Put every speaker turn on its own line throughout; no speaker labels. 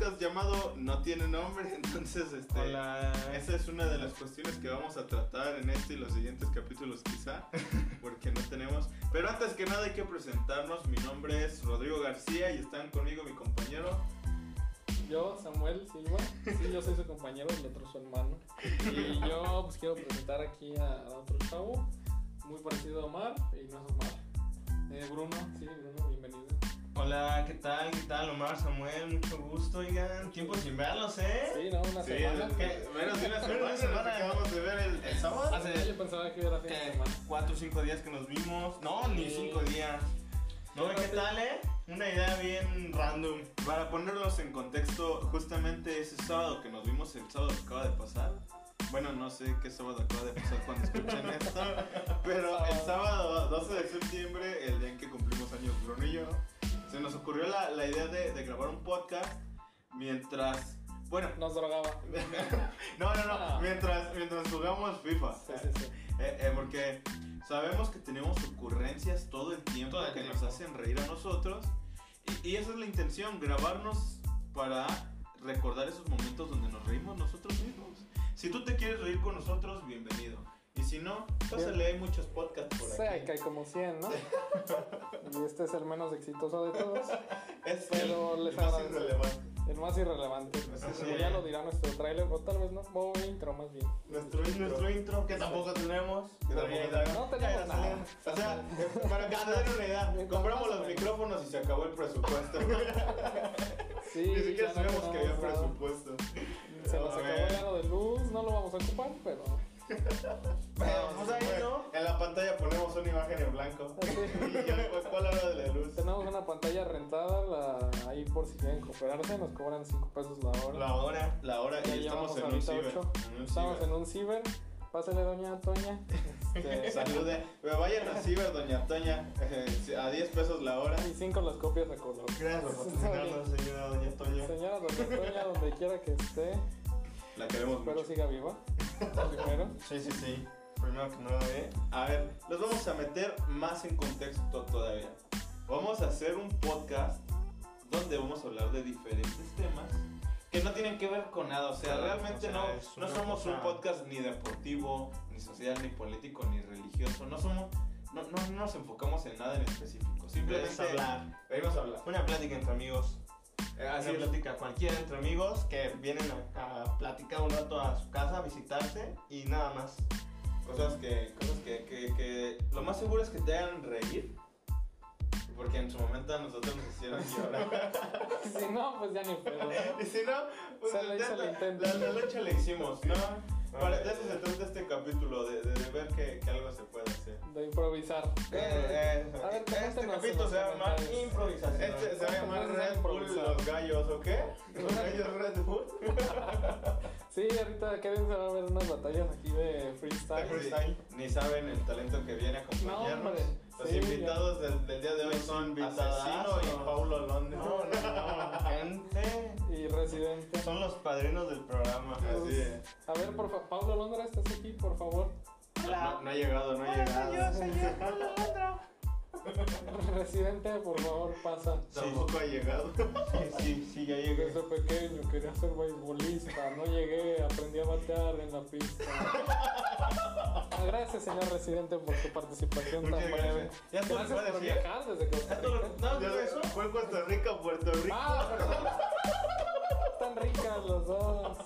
este llamado No tiene nombre, entonces este,
Hola.
esa es una de las cuestiones que vamos a tratar en este y los siguientes capítulos quizá, porque no tenemos. Pero antes que nada hay que presentarnos, mi nombre es Rodrigo García y están conmigo mi compañero
Yo, Samuel Silva. Sí, yo soy su compañero, el otro su hermano. Y yo pues quiero presentar aquí a, a otro chavo, muy parecido a Omar, y no es Omar. Eh, Bruno, sí, Bruno, bienvenido.
Hola, ¿qué tal? ¿Qué tal? Omar, Samuel, mucho gusto, oigan. Tiempo sin verlos, ¿eh?
Sí, ¿no? Una
Sí,
semana.
el-
¿Qué?
menos de una semana,
Menos de una
nos
semana.
acabamos de ver el, el sábado.
Hace-
Yo pensaba que era fin de
¿Qué?
semana.
Cuatro o cinco días que nos vimos. No, ni
Sí.
cinco días. No, ¿qué tal, eh? Una idea bien random.
Para ponerlos en contexto, justamente ese sábado que nos vimos, el sábado que acaba de pasar. Bueno, no sé qué sábado acaba de pasar cuando escuchen esto, pero el sábado 12 de septiembre, el día en que cumplimos años Bruno y yo, se nos ocurrió la, la idea de, de grabar un podcast mientras. Bueno,
Nos drogaba.
no, no,
Ah.
no, mientras, mientras jugamos FIFA.
Sí, sí, sí.
Eh, eh, porque sabemos que tenemos ocurrencias todo el tiempo
Todo el
que
tiempo.
nos hacen reír a nosotros. Y, y esa es la intención, grabarnos para recordar esos momentos donde nos reímos nosotros mismos. Si tú te quieres reír con nosotros, bienvenido. Y si no, pásale, hay muchos podcasts por
Sí,
aquí.
que hay como 100, ¿no? Y este es el menos exitoso de todos,
Es
pero
el
les
más
agradezco.
irrelevante.
El más irrelevante.
Sí.
Como ya lo dirá nuestro tráiler, o tal vez no, o intro más bien.
Nuestro intro.
Nuestro intro, que tampoco tenemos.
Que tampoco tenemos.
No tenemos nada.
O sea, para que se den una idea, compramos los micrófonos y se acabó el presupuesto.
Sí,
Ni siquiera
ya no
sabíamos que había
tenemos nada.
presupuesto.
Se nos
A
acabó
ver.
el aro de luz, no lo vamos a ocupar, pero.
Pero, pues ahí, ¿no?
En la pantalla ponemos una imagen en blanco.
así.
Y ya después, ¿cuál hora de la luz?
Tenemos una pantalla rentada, la- ahí por si quieren cooperarse, nos cobran 5 pesos la hora.
La hora, la hora,
Ya
y estamos
llevamos
en un
ahorita
ciber.
ocho.
en un
Estamos
ciber.
en un ciber, pásale doña Toña. Este,
Salude. Me vayan a ciber, doña Toña. eh, a 10 pesos la hora.
y 5 las copias a color.
Gracias por patrocinarnos, señora Doña Toña.
Señora doña Toña, donde quiera que esté,
La queremos
espero
mucho.
siga viva. Primero.
Sí, sí, sí. Primero que nada, ¿eh?
A ver, los vamos a meter más en contexto todavía. Vamos a hacer un podcast donde vamos a hablar de diferentes temas que no tienen que ver con nada. O sea,
Claro,
realmente
o sea,
no,
es
no
una
somos un
cosa-
podcast ni deportivo, ni social, ni político, ni religioso. No somos. No, no- no nos enfocamos en nada en específico. Simplemente
Es hablar.
Venimos a hablar.
Una plática entre amigos.
Eh,
Así
así es.
plática cualquiera entre amigos que vienen a, a platicar un rato a su casa, a visitarse y nada más.
Cosas, que, cosas que, que- que Lo más seguro es que te hagan reír. Porque en su momento a nosotros nos hicieron llorar.
Si no, pues ya ni pedo.
Y si no, pues
Se le hizo el
la-
intento.
La, la lucha le hicimos, ¿no? Para, de eso se
Eh,
trata este capítulo, de, de- de ver que, que algo se puede hacer.
De improvisar.
eh,
A ver,
este
cuéntenos
capítulo
en
se va a
los
llamar
comentarios.
improvisación.
Este se va a llamar Red Bull los gallos, ¿o qué? Los gallos Red Bull.
Sí, ahorita quédense va a ver unas batallas aquí de freestyle.
freestyle.
Ni saben el talento que viene a acompañarnos.
No, hombre.
Los
Sí,
invitados del, del día de hoy
Los
son
invitadazos.
Asesino y Paulo Londres.
No, no, no, gente.
Y residente.
Son los padrinos del programa.
Así es.
A ver, por favor, Pablo Londra, estás aquí, por favor.
No, no ha llegado, no ha llegado.
Residente, por favor, pasa.
Tampoco ha llegado.
Sí, sí, sí, ya llegué.
Desde pequeño quería ser beisbolista, no llegué, aprendí a batear en la pista. Gracias, señor residente, por su participación
Muchas
tan breve.
gracias. Ya tú lo
Gracias
puedes
por
decir.
viajar desde Costa
Ya tú lo-
Rica.
No, no, eso.
Fue Costa Rica, Puerto Rico.
Ah, perdón. Están ricas los dos.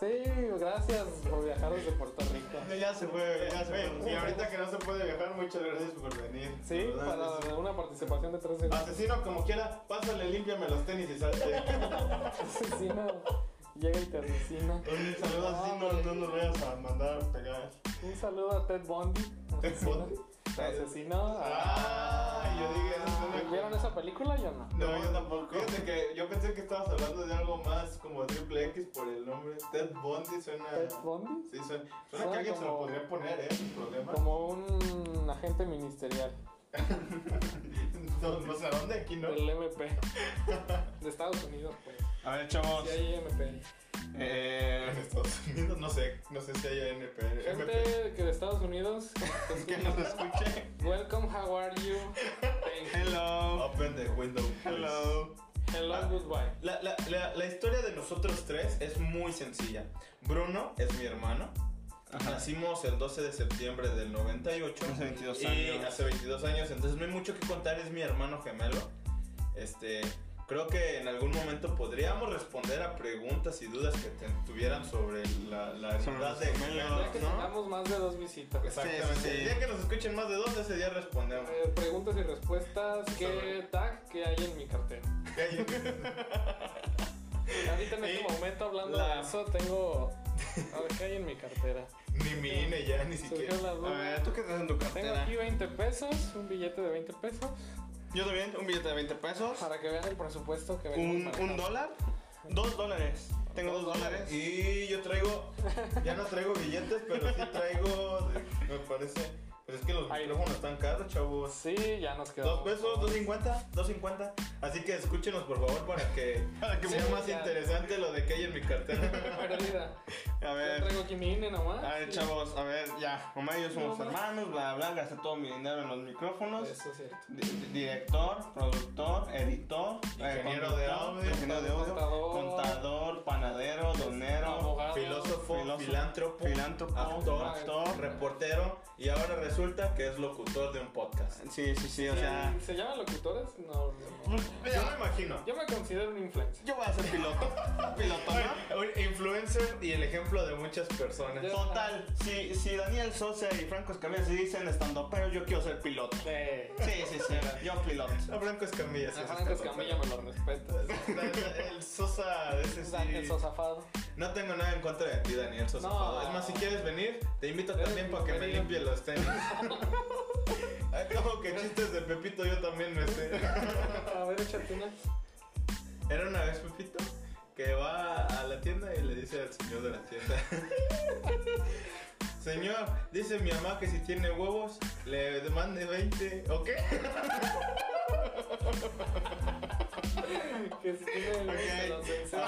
Sí, gracias por viajar desde Puerto Rico.
Ya se fue, ya se fue.
Y ahorita que no se puede viajar, muchas gracias por venir.
Sí, para una participación de tres segundos.
Asesino, como quiera, pásale, límpiame los tenis y eh, salte.
Asesina llega y te asesina.
Un saludo
No,
así, no, no nos vayas a mandar a pegar.
Un saludo a Ted Bundy.
Ted
Asesino.
Bundy.
Asesino.
Ah, yo dije, eso es una-
¿Vieron esa película? Yo no.
No, yo tampoco. Fíjate que yo pensé que estabas hablando de algo más como triple X por el nombre. Ted Bundy suena.
Ted Bundy.
Sí, suena. Suena,
Suena
que alguien se lo
como-
podría poner, ¿eh? Sin problema.
Como un agente ministerial
No, no sé a dónde aquí, ¿no?
del MP. De Estados Unidos, pues.
A ver, chavos.
Oh,
eh,
Sí, hay MP.
En Estados Unidos, no sé. No sé si hay NP.
Gente que de Estados Unidos.
que nos escuche.
Welcome, how are you? Thank you.
Hello.
Open the window. please.
Hello.
El
Ah,
long goodbye.
La, la- la- la historia de nosotros tres es muy sencilla. Bruno es mi hermano. Nacimos el 12 de septiembre del 98.
Hace 22
y
años.
hace 22 años. Entonces no hay mucho que contar. Es mi hermano gemelo. Este, creo que en algún momento podríamos responder a preguntas y dudas que te- tuvieran sobre la, la
Sobre
hermandad
los
de
gemelos,
gemelos,
Ya que
¿no?
tengamos más de dos visitas.
Exactamente.
Sí, sí, sí.
El día que nos escuchen más de dos, ese día respondemos.
Eh, preguntas y respuestas. ¿Qué
Sobre-
tag que hay en mi cartera? Ahorita en
Y
este momento hablando
la-
de eso, tengo. A ver, ¿qué hay en mi cartera?
ni mi INE ya, ni
Surgió
siquiera.
la
A ver,
duda.
¿tú qué traes en tu
Tengo
cartera?
aquí 20 pesos, un billete de 20 pesos,
Yo también, un billete de 20 pesos.
para que vean el presupuesto que venimos
Un, un
manejando.
dólar. Dos dólares. Tengo dos dólares.
Y yo traigo, ya no traigo billetes, pero sí traigo, me parece, pues es que los
Aire.
micrófonos están caros, chavos.
Sí, ya nos quedó.
Dos pesos, dos cincuenta, dos cincuenta. Así que escúchenos por favor para que, para que
Sí,
sea más
ya.
interesante lo de que hay en mi cartera.
Perdida.
Eh.
A
Yo
ver.
traigo aquí mi INE nomás.
Ah,
A ver,
y-
chavos, a ver, ya. Omar y yo somos
No, no.
hermanos, bla, bla, gasté todo mi dinero en los micrófonos.
Eso es cierto.
Di- di- Director, productor, editor, eh,
Ingeniero de
conductor,
audio,
ingeniero de audio,
contador,
contador, panadero, donero,
Abogado.
Filósofo,
Filósofo,
filántropo,
filántropo,
actor,
actor,
reportero y ahora resulta que es locutor de un podcast.
Sí, sí, sí, o sea.
¿Se llaman locutores? No, no.
Yo me imagino.
Yo me considero un influencer.
Yo voy a ser piloto. piloto, ¿no?
Un influencer y el ejemplo de muchas personas.
Ya.
Total, si, si Daniel Sosa y Franco Escamilla se dicen estando, pero yo quiero ser piloto.
Eh,
Sí, sí, sí, yo piloto.
A Franco Escamilla. sí,
a
eso
Franco
está
Escamilla me lo respetas.
El Sosa, ese
Daniel
sí.
Sosafado.
No tengo nada en contra de ti, Daniel Sosa.
No.
Fado. Es más, si quieres venir, te invito
Eres
también para que me
bienvenido.
limpie los tenis. Ay, como que chistes de Pepito yo también me sé.
A ver, échate una.
Era una vez Pepito que va a la tienda y le dice al señor de la tienda. Señor, dice mi mamá que si tiene huevos, le mande 20, ¿o qué?
Que es una de los
A
vencer.
ver.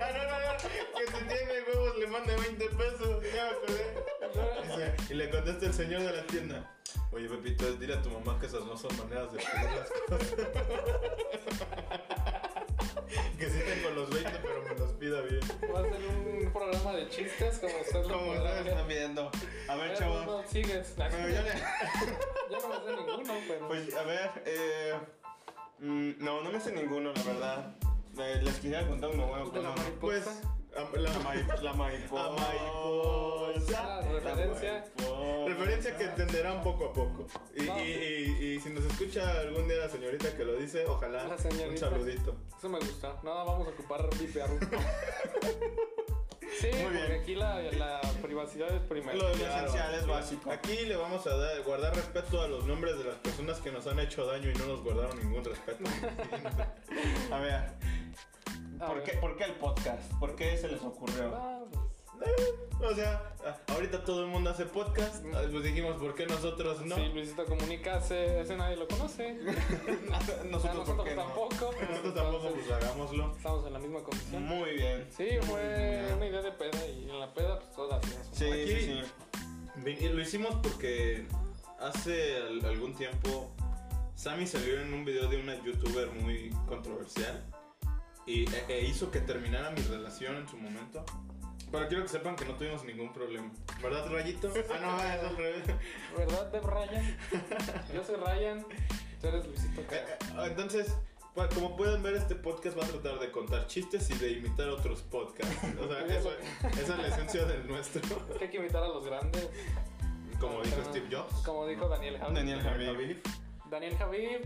Ah, no, no, no, que si tiene huevos le mande 20 pesos, ya me acordé. Dice, Y le contesta el señor de la tienda. Oye, Pepito, dile a tu mamá que esas no son maneras de poner las cosas. que sí tengo los 20, pero me los pida bien.
Va a ser un programa de chistes como ustedes lo
Como
podrán
ustedes
ver.
están viendo. A
A
ver,
ver,
chavos.
Bruno, sigues.
Bueno, yo le-
Yo no me sé ninguno, pero.
Pues a ver, eh, mm, no, no me sé ninguno, la verdad. Eh, Les quisiera contar uno bueno,
De
pero
la
no.
mariposa.
Pues, am- la
La mariposa. La mariposa.
La mariposa.
La Ah, referencia.
mariposa.
referencia que entenderán poco a poco. Y, y, y- y si nos escucha algún día la señorita que lo dice, ojalá
La
un
señorita.
saludito.
Eso me gusta. No, vamos a ocupar vipearlo. Sí,
Muy
porque
bien.
aquí la, la privacidad es primero.
Lo
Claro.
esencial es básico.
Aquí le vamos a dar, guardar respeto a los nombres de las personas que nos han hecho daño y no nos guardaron ningún respeto.
A ver,
A
¿por
ver.
qué, ¿por qué el podcast? ¿Por qué se les ocurrió?
Ah, pues,
o sea, a- ahorita todo el mundo hace podcast, ah, pues dijimos, ¿por qué nosotros no?
Mm. Sí, Luisito Comunicase, ese nadie lo conoce. Ya
Nosotros, ¿por
nosotros
qué no?
tampoco.
Nosotros tampoco,
Entonces,
pues hagámoslo.
Estamos en la misma condición.
Muy bien.
Sí, fue una idea de peda y en la peda, pues todas. hacían su-
Sí,
Aquí-
sí, sí.
Ven- y Lo hicimos porque hace al- algún tiempo Sammy salió en un video de una youtuber muy controversial y, e- e hizo que terminara mi relación en su momento. Pero quiero que sepan que no tuvimos ningún problema. ¿Verdad, Rayito? Ah, no, es al revés.
¿Verdad, Deb Ryan? Yo soy Ryan, tú eres Luisito
Eh,
Cara.
eh, Entonces, pa- como pueden ver, este podcast va a tratar de contar chistes y de imitar otros podcasts. O sea, eso- esa es la esencia del nuestro.
Es que hay que invitar a los grandes.
Como dijo Steve Jobs.
Como dijo Daniel Javid.
Daniel Javid.
Daniel Javid,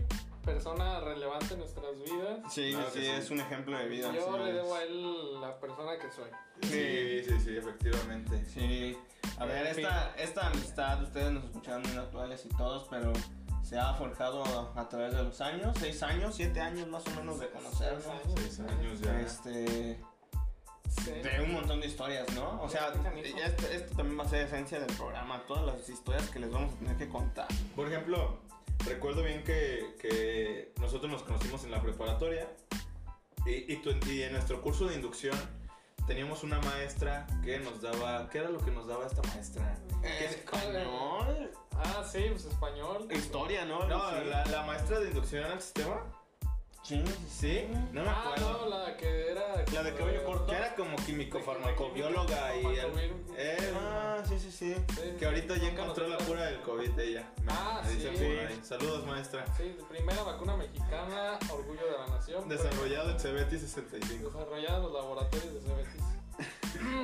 persona relevante en nuestras vidas.
Sí,
Claro que
sí,
sí.
es un ejemplo de vida.
Yo
sí,
le
es.
debo a él la persona que soy.
Sí, sí, sí, efectivamente.
Sí. A ver, esta, esta amistad, ustedes nos escuchan muy actuales y todos, pero se ha forjado a, a través de los años, seis años, siete años más o menos de conocernos.
Seis años ya.
Este,
Sí.
de un montón de historias, ¿no? O sea, esto, esto también va a ser esencia del programa, todas las historias que les vamos a tener que contar.
Por ejemplo, recuerdo bien que, que nosotros nos conocimos en la preparatoria y, y tu- y en nuestro curso de inducción teníamos una maestra que nos daba, ¿qué era lo que nos daba esta maestra?
Español,
Ah, sí, pues español.
historia, ¿no?
No, la, la maestra de inducción al sistema.
Sí, Sí,
¿Sí? No me
Ah, no,
acuerdo.
la que era.
La de cabello corto. Que era como químico farmacobióloga y.
Farmacobióloga.
Eh, ah, sí, sí, sí.
Sí.
Que ahorita ya
Nunca
encontró la
nos toca.
cura del COVID ella. Me-
Ah,
me dicen
sí.
por ahí. Saludos, maestra.
Sí, primera vacuna mexicana, orgullo de la nación. pues,
Desarrollado en Cebeti 65.
Desarrollada en los laboratorios de Cebetis.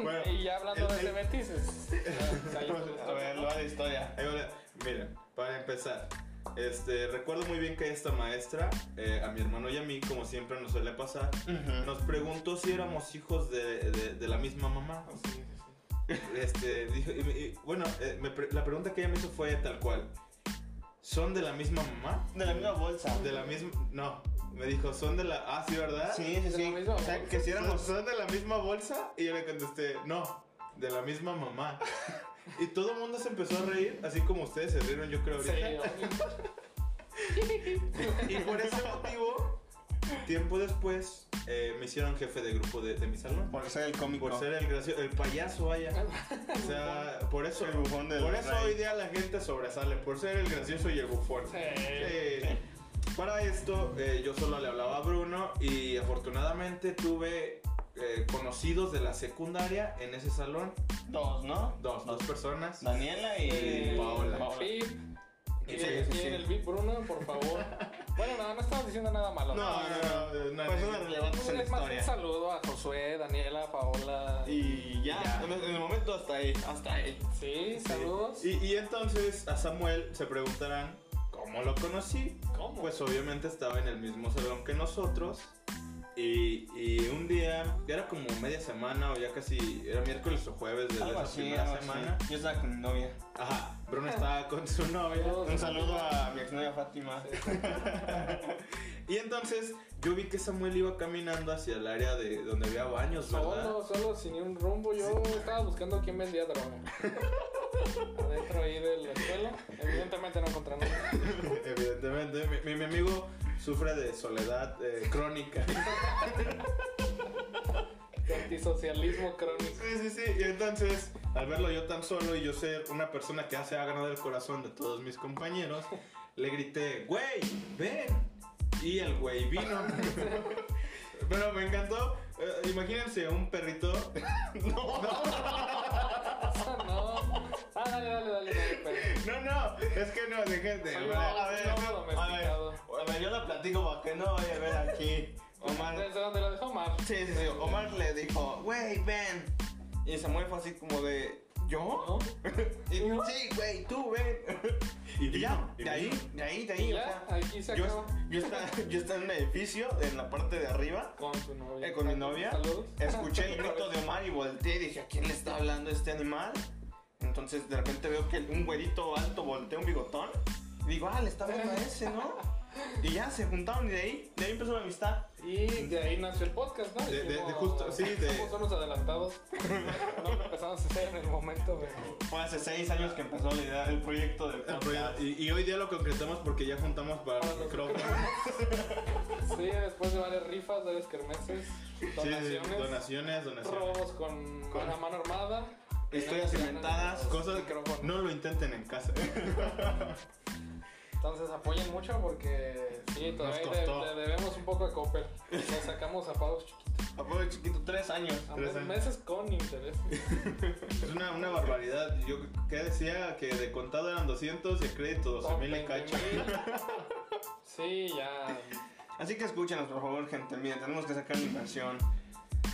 Bueno,
y ya hablando de
el-
Cebetis, es- ya salimos de
A ver, lo de historia.
Ahí va la- Mira, para empezar, este, recuerdo muy bien que esta maestra, eh, a mi hermano y a mí, como siempre nos suele pasar,
Ujú.
nos preguntó si éramos hijos de, de- de la misma mamá. O
Sí, sí, sí.
Este, dijo, y- y- bueno, eh, me pre- la pregunta que ella me hizo fue tal cual. ¿Son de la misma mamá?
De la misma bolsa.
De la misma... No, me dijo, ¿son de la... Ah, sí, ¿verdad?
Sí, sí,
De la
sí.
misma
O sea,
bolsa.
que si
¿Son,
éramos.
son de la misma bolsa? Y yo le contesté, no, de la misma mamá. y todo el mundo se empezó a reír, así como ustedes se rieron, yo creo, ahorita. Y por ese motivo, tiempo después, eh, me hicieron jefe de grupo de, de mi salón.
Por ser el cómico.
Por ser el gracioso, el payaso, vaya. O sea, por eso.
El bufón del
Por eso
rey.
hoy día la gente sobresale, por ser el gracioso y el bufón.
Sí.
Eh, Para esto, eh, yo solo le hablaba a Bruno y afortunadamente tuve eh, conocidos de la secundaria en ese salón.
Dos, ¿no?
Dos, dos personas.
Daniela y
Eh, Paola.
Pip.
Sí,
Y,
sí,
y
sí.
en el VIP Bruno, por favor. Bueno, no, no estamos diciendo nada malo.
No, no, no. no, no,
Personas relevantes en la
Es más, un
historia.
saludo a Josué, Daniela, Paola.
Y ya,
Ya.
En, en el momento hasta ahí. Hasta ahí.
Sí, saludos.
Y, y entonces a Samuel se preguntarán, ¿cómo lo conocí?
¿Cómo?
Pues obviamente estaba en el mismo salón que nosotros. Y, y un día, ya era como media semana o ya casi, era miércoles o jueves de
Algo
esa
así,
primera
algo así.
semana.
Yo estaba con mi novia.
Ajá, Bruno estaba con su novia.
Un saludo a mi exnovia Fátima.
Y entonces yo vi que Samuel iba caminando hacia el área de donde había baños, ¿verdad?
Solo, solo, sin un rumbo. Yo estaba buscando quién vendía droga. Adentro ahí de la escuela. Evidentemente no encontré nada.
Evidentemente, mi, mi- mi amigo sufre de soledad eh, crónica.
De Antisocialismo crónico.
Sí, sí, sí. Y entonces, al verlo yo tan solo y yo ser una persona que hace ha ganado el corazón de todos mis compañeros, le grité, güey, ven. Y el güey vino. Pero me encantó. Eh, imagínense un perrito. No, no,
Ah, no. Ah, dale, dale, dale. dale
no,
pero-
no, Es que no, de gente.
Soy
vale.
un
a ver,
lobo
no, a ver.
domesticado.
Bueno, yo la platico para que no vaya a ver aquí. Omar.
Desde donde lo dejó Omar.
Sí, sí, sí. Omar le dijo, güey, ven. Y Samuel fue así como de, ¿yo?
¿No?
Y,
¿No?
Sí, güey, tú ven.
Y
Y
vino,
ya,
y
de ahí,
vino.
de ahí, de
Y
ahí. O
ya,
sea,
aquí se
yo,
acabó.
yo, estaba, yo estaba en un edificio, en la parte de arriba,
Con tu novia.
eh, con mi novia.
Saludos.
Escuché el grito de Omar y volteé y dije, ¿a quién le está hablando este animal? Entonces de repente veo que un güerito alto voltea un bigotón. Y digo, ah, le está hablando a ese, ¿no? Y ya se juntaron y de ahí, de ahí empezó la amistad.
Y de ahí nació el podcast, ¿no?
De- de-
Dijimos,
de justo- sí, de-
Somos unos adelantados. No lo empezamos a hacer en el momento, pero.
Fue hace seis años que empezó la idea, el proyecto del
Ah,
podcast.
pero ya- Y, y hoy día lo concretamos porque ya juntamos para
Para
los
los
micrófonos.
Sí, después de varias rifas, varias kermeses,
Sí,
donaciones,
sí, donaciones, donaciones.
robos con,
Con-
la mano armada.
Historias
Ganan-
inventadas,
ganan los
Cosas
micrófonos.
no lo intenten en casa.
Entonces apoyen mucho porque sí, todavía
Nos
le,
costó.
le debemos un poco a Coppel. Le sacamos a pagos chiquitos.
Apoyo de chiquito, tres años.
A
Tres años.
meses con interés.
Es una, una barbaridad. Yo que decía que de contado eran 200 y el crédito 12
Son
mil y cacho.
20,000. Sí, ya.
Así que escúchenos, por favor, gente. Mira, tenemos que sacar la inversión.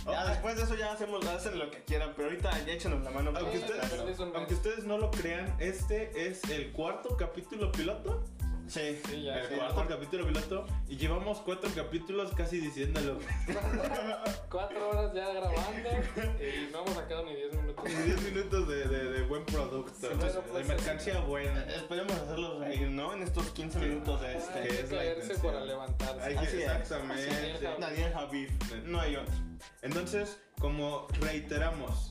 Ya
Ah,
después de eso ya hacemos, hacen lo que quieran, pero ahorita ya échenos la mano.
Aunque
Sí,
ustedes-
la perdí, es un mes.
Aunque ustedes no lo crean, este es el cuarto capítulo piloto.
Sí.
Sí, ya.
El
sí,
cuarto capítulo piloto. Y llevamos cuatro capítulos casi diciéndolo.
Cuatro horas ya grabando y no hemos sacado ni diez minutos.
Y 10 minutos de, de- de buen producto.
Entonces,
de
pues,
mercancía buena.
Esperemos hacerlos reír, ¿no? En estos 15 minutos de
Hay
este.
que
que
es la
caerse
intención.
para
Hay
levantarse.
que-
Así es.
exactamente.
Así es.
Daniel Javid. No hay otro.
Entonces, como reiteramos,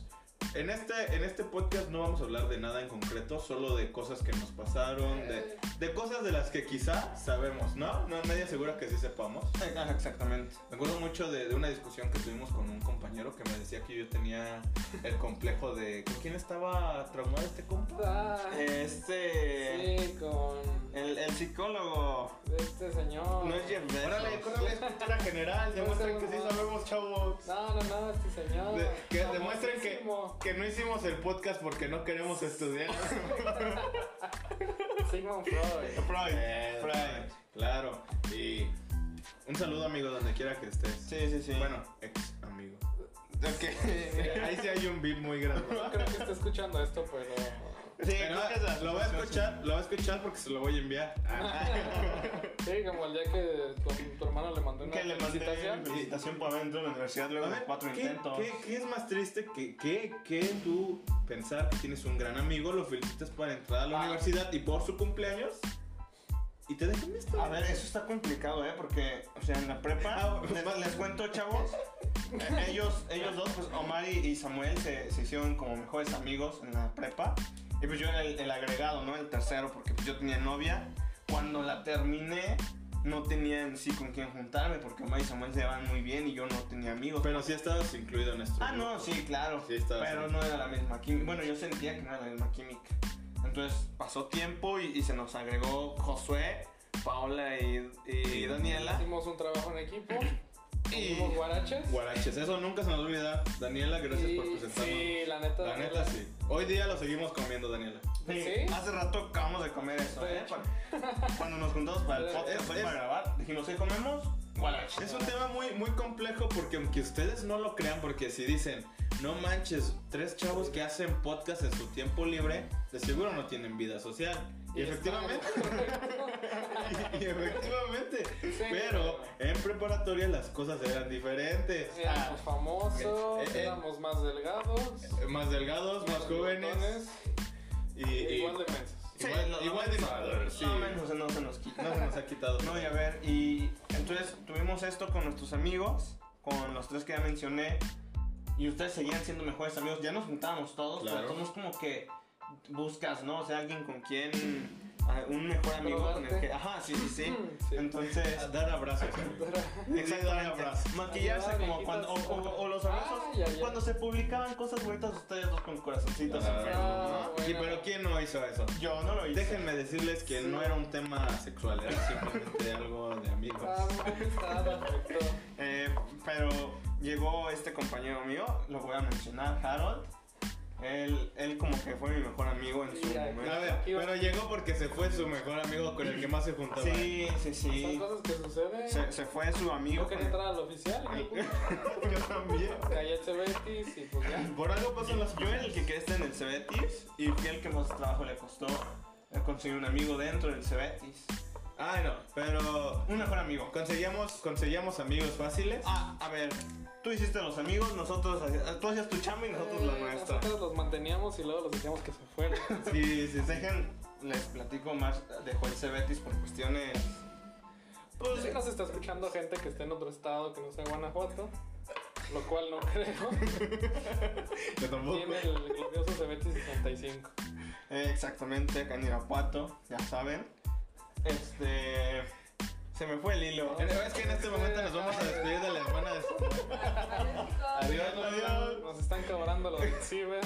En este, en este podcast no vamos a hablar de nada en concreto, solo de cosas que nos pasaron,
Eh.
de, de cosas de las que quizá sabemos, ¿no? No, nadie asegura que sí sepamos.
Ajá, Exactamente.
Me acuerdo mucho de, de una discusión que tuvimos con un compañero que me decía que yo tenía el complejo de ¿con quién estaba traumado este compa?
Ah,
Este.
sí, con
El, el psicólogo.
este señor.
No es Jeff Bezos.
Órale, córrele, es cultura general, demuestren que sí sabemos, chavos.
No, no, no, este señor.
De- que demuestren que,
famosísimo.
que no hicimos el podcast porque no queremos estudiar.
Sigmund Freud.
Freud.
Eh,
Freud.
Claro. Y un saludo, amigo, donde quiera que estés.
Sí, sí, sí.
Bueno, ex amigo.
Ok.
Eh, Ahí sí hay un beat muy grande.
No creo que esté escuchando esto, pero.
Sí,
Pero
creo que es la-
lo voy a escuchar, lo voy a escuchar porque se lo voy a enviar.
Sí, como el día que tu, tu hermano le mandó una
Que le mandé
felicitación.
felicitación para adentro de la universidad luego
A
de
ver,
cuatro
¿qué,
intentos.
qué- qué es más triste que, que, que tú pensar que tienes un gran amigo, lo felicitas para entrar a la
Ah.
universidad y por su cumpleaños y te dejan esto?
A ver, eso está complicado, ¿eh? Porque, o sea, en la
Ah,
prepa,
bueno.
les, les cuento, chavos, eh, ellos, ellos dos, pues Omar y, y Samuel se, se hicieron como mejores amigos en la prepa. Y pues yo era el, el agregado, ¿no? El tercero, porque pues, yo tenía novia. Cuando la terminé, no tenía en sí con quién juntarme, porque Omar y Samuel se llevaban muy bien y yo no tenía amigos.
Pero sí estabas incluido en esto.
Ah, no, sí, claro.
Sí, estaba
pero
así.
no era la misma química. Bueno, yo sentía que no era la misma química. Entonces pasó tiempo y, y se nos agregó Josué, Paola y, y
Sí.
Daniela.
Hicimos un trabajo en equipo.
Y-
Hicimos guaraches.
Guaraches, eso nunca se nos olvida. Daniela, gracias
Y-
por presentarnos.
Sí, la neta.
La neta sí. Hoy día lo seguimos comiendo, Daniela.
Sí.
Hace rato acabamos de comer eso.
De
¿eh?
hecho.
Pa- Cuando nos juntamos para el
Es-
podcast,
es-
para grabar, dijimos, ¿qué comemos? Guarache.
Es un tema muy, muy complejo porque aunque ustedes no lo crean, porque si dicen, no manches, tres chavos que hacen podcast en su tiempo libre, de seguro no tienen vida social. Y, efectivamente, y efectivamente.
Sí.
Pero en preparatoria las cosas eran diferentes.
Éramos famosos,
ah, Eh, eh, eh.
éramos más delgados,
Más delgados, más
menos
jóvenes.
bigotones,
Y, y-
igual de mensos.
Sí,
igual-
no, no,
igual de maduros, sí.
No, menos, no se nos quita.
No se nos ha quitado.
No, y a ver, y entonces tuvimos esto con nuestros amigos, con los tres que ya mencioné, y ustedes seguían siendo mejores amigos, ya nos juntábamos todos,
Claro.
pero somos como que buscas, ¿no? O sea, alguien con quien, ah, un mejor amigo con el
Probarte.
que, ajá, sí, sí, sí.
Mm, Sí.
A
Entonces,
Dar abrazos. amigo. dar
exactamente,
abrazos.
maquillarse
Ayudar,
como
viejitas.
cuando, o, o- o los abrazos,
Ah, ya, ya.
cuando se publicaban cosas bonitas, ustedes dos con corazoncitos
Ah,
en Facebook, ¿no?
Sí, pero ¿quién no hizo eso?
Yo no lo hice.
Déjenme decirles que
Sí.
no era un tema sexual, era simplemente algo de amigos.
Ah, amistad, afecto.
Eh, pero llegó este compañero mío, lo voy a mencionar, Harold. Él, él como que fue mi mejor amigo en su
Sí, ay,
A
momento.
ver, pero llegó porque se fue su mejor amigo con el que más se juntaba.
Sí, sí,
Son
sí.
cosas que suceden.
Se, se fue su amigo.
Yo quería entrar al oficial y pues,
yo también.
caí al Cebetis y pues ya.
Por algo pasan las
Yo era el que quedé este en el Cebetis y fui el que más trabajo le costó eh, conseguir un amigo dentro del Cebetis.
Ah, no, pero
Un mejor amigo.
conseguíamos, conseguíamos amigos fáciles.
Ah, a ver, tú hiciste los amigos, nosotros, haci- tú hacías tu chamba y nosotros la
Eh,
nuestra.
Nosotros los manteníamos y luego los decíamos que se fueran.
Sí, sí, sí.
Dejen, les platico más, dejó el Cebetis por cuestiones... Pues,
Si nos está escuchando gente que está en otro estado que no sea Guanajuato, lo cual no creo.
Yo tampoco.
Tiene el glorioso Cebetis 65.
Eh, exactamente, acá en Irapuato, ya saben. Este. Se me fue el hilo.
En- Es que en este momento nos vamos a despedir de la hermana de su- Adiós, adiós.
Nos están cobrando los del ciber.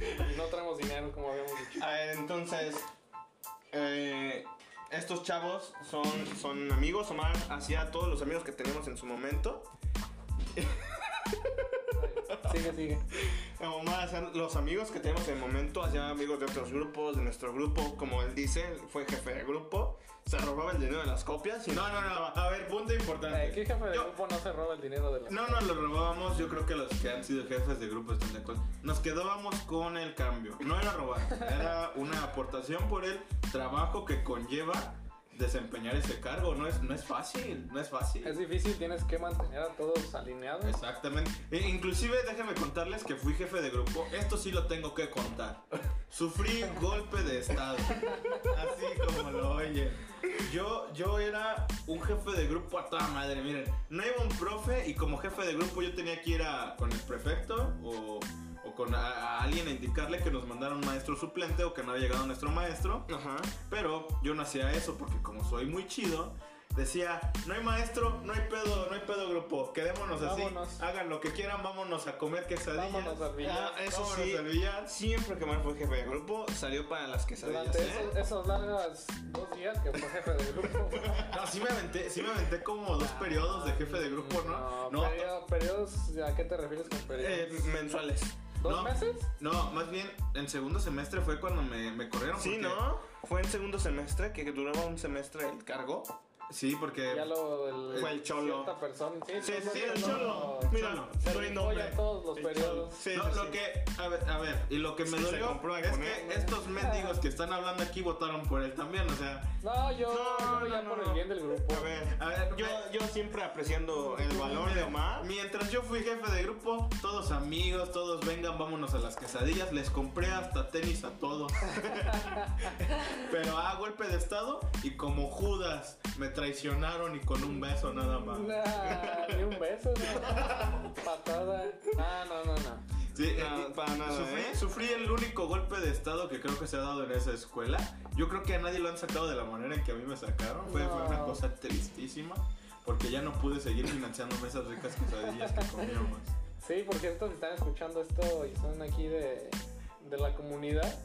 Y no traemos dinero, como habíamos dicho.
A ver, entonces. eh, estos chavos son, son amigos. Omar hacía a todos los amigos que tenemos en su momento.
Sigue, sigue.
Omar hacía los amigos que tenemos en el momento. Hacía amigos de otros grupos, de nuestro grupo. Como él dice, él fue jefe de grupo. Se robaba el dinero de las copias. y-
No, no, no. A ver, punto
Eh, ¿Qué
importante.
jefe de
Yo-
grupo no se roba el dinero de los.?
No nos lo robábamos, yo creo que los que han sido jefes de grupo están de acuerdo. Nos quedábamos con el cambio. No era robar, era una aportación por el trabajo que conlleva desempeñar ese cargo. No es, no es fácil, no es fácil.
Es difícil, tienes que mantener a todos alineados.
Exactamente. E- inclusive déjenme contarles que fui jefe de grupo. Esto sí lo tengo que contar. Sufrí golpe de estado. Así como lo oyen. Yo, yo era un jefe de grupo a toda madre, miren. No iba un profe y como jefe de grupo yo tenía que ir a- con el prefecto o, o con a- a alguien a indicarle que nos mandara un maestro suplente o que no había llegado nuestro maestro.
Ajá.
Pero yo no hacía eso porque como soy muy chido, decía, no hay maestro, no hay pedo, no hay pedo grupo, quedémonos así,
Vámonos.
hagan lo que quieran, vámonos a comer quesadillas.
Vámonos al billar.
Ah, eso
Vámonos
sí.
al Siempre que Mar fue jefe de grupo, salió para las quesadillas.
Durante
¿eh?
esos, esos largas dos días que fue jefe de grupo.
No, sí me aventé, sí me aventé como dos periodos de jefe de grupo, ¿no? No,
periodo- Ah, periodos, ¿a qué te refieres con
Eh,
periodos?
mensuales.
¿Dos
no.
meses?
no, más bien en segundo semestre fue cuando me, me corrieron.
Sí,
porque-
¿no? Fue en segundo semestre, que duraba un semestre el cargo.
Sí, porque...
Ya lo del.
Fue el cholo.
Cierta persona.
Sí,
todo
sí,
eso,
el
¿no?
cholo.
Se
Míralo, no
le
hay
brincó
nombre.
ya todos los
El
periodos.
cholo. Sí,
no,
sí,
lo
sí.
que, a ver, a ver, y lo que
Es
me
que se
dolió
compró ahí
es
con
que
él.
estos mendigos que están hablando aquí votaron por él también, o sea,
No, yo,
No,
yo ya
no,
por
no.
el bien del grupo.
A ver,
a ver,
yo,
me-
yo siempre apreciando el valor de
Mira,
Omar.
Mientras yo fui jefe de grupo, todos amigos, todos vengan, vámonos a las quesadillas. Les compré hasta tenis a todos. Pero a golpe de estado y como Judas me traicionaron y con un beso nada más.
Nah, ni un beso, ¿no? patada. Ah, no, no, no.
Sí,
Nada,
eh,
para nada,
sufrí,
¿eh?
sufrí el único golpe de estado que creo que se ha dado en esa escuela. Yo creo que a nadie lo han sacado de la manera en que a mí me sacaron. Fue, fue una
No.
cosa tristísima porque ya no pude seguir financiándome esas ricas quesadillas que comíamos.
Sí, por cierto, si están escuchando esto y son aquí de, de la comunidad,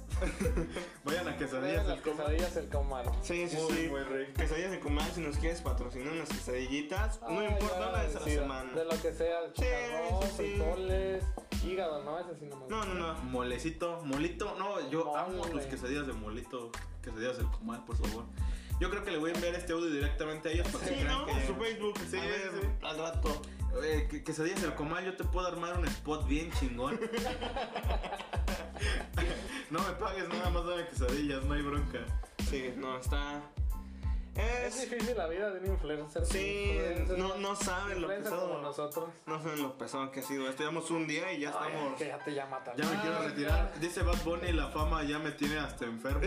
Vayan a
vean
quesadillas
las
del Comal.
quesadillas del comar.
Sí, sí,
Muy,
sí.
muy rico.
Quesadillas de comal, si nos quieres patrocinar unas quesadillitas, no
Ah,
importa
ya,
la de esa
sí,
semana.
De lo que sea,
Sí,
chicharrón,
sí, sí.
frijoles, hígado, no, ese sí no me gusta.
No, no, no.
Molecito, molito, no, yo amo
Mole.
tus quesadillas de molito, quesadillas del comal, por favor. Yo creo que le voy a enviar este audio directamente a ellos para
Sí,
que crean
¿no?
que...
En su Facebook.
Sí,
a ver,
sí.
al rato.
Eh, que- quesadillas del comal, yo te puedo armar un spot bien chingón. no me pagues nada más dame quesadillas, no hay bronca.
Sí, no, está.
Es
Es.
difícil la vida de un influencer.
Sí,
Influencer,
no, no saben lo
influencer como
pesado.
nosotros.
No saben lo pesado que ha sido. Estudiamos un día y ya
Ay,
estamos.
que ya Ah, te llama
Ya
también.
me
Ah,
quiero retirar. Dice Bad Bunny, la fama ya me tiene hasta enfermo.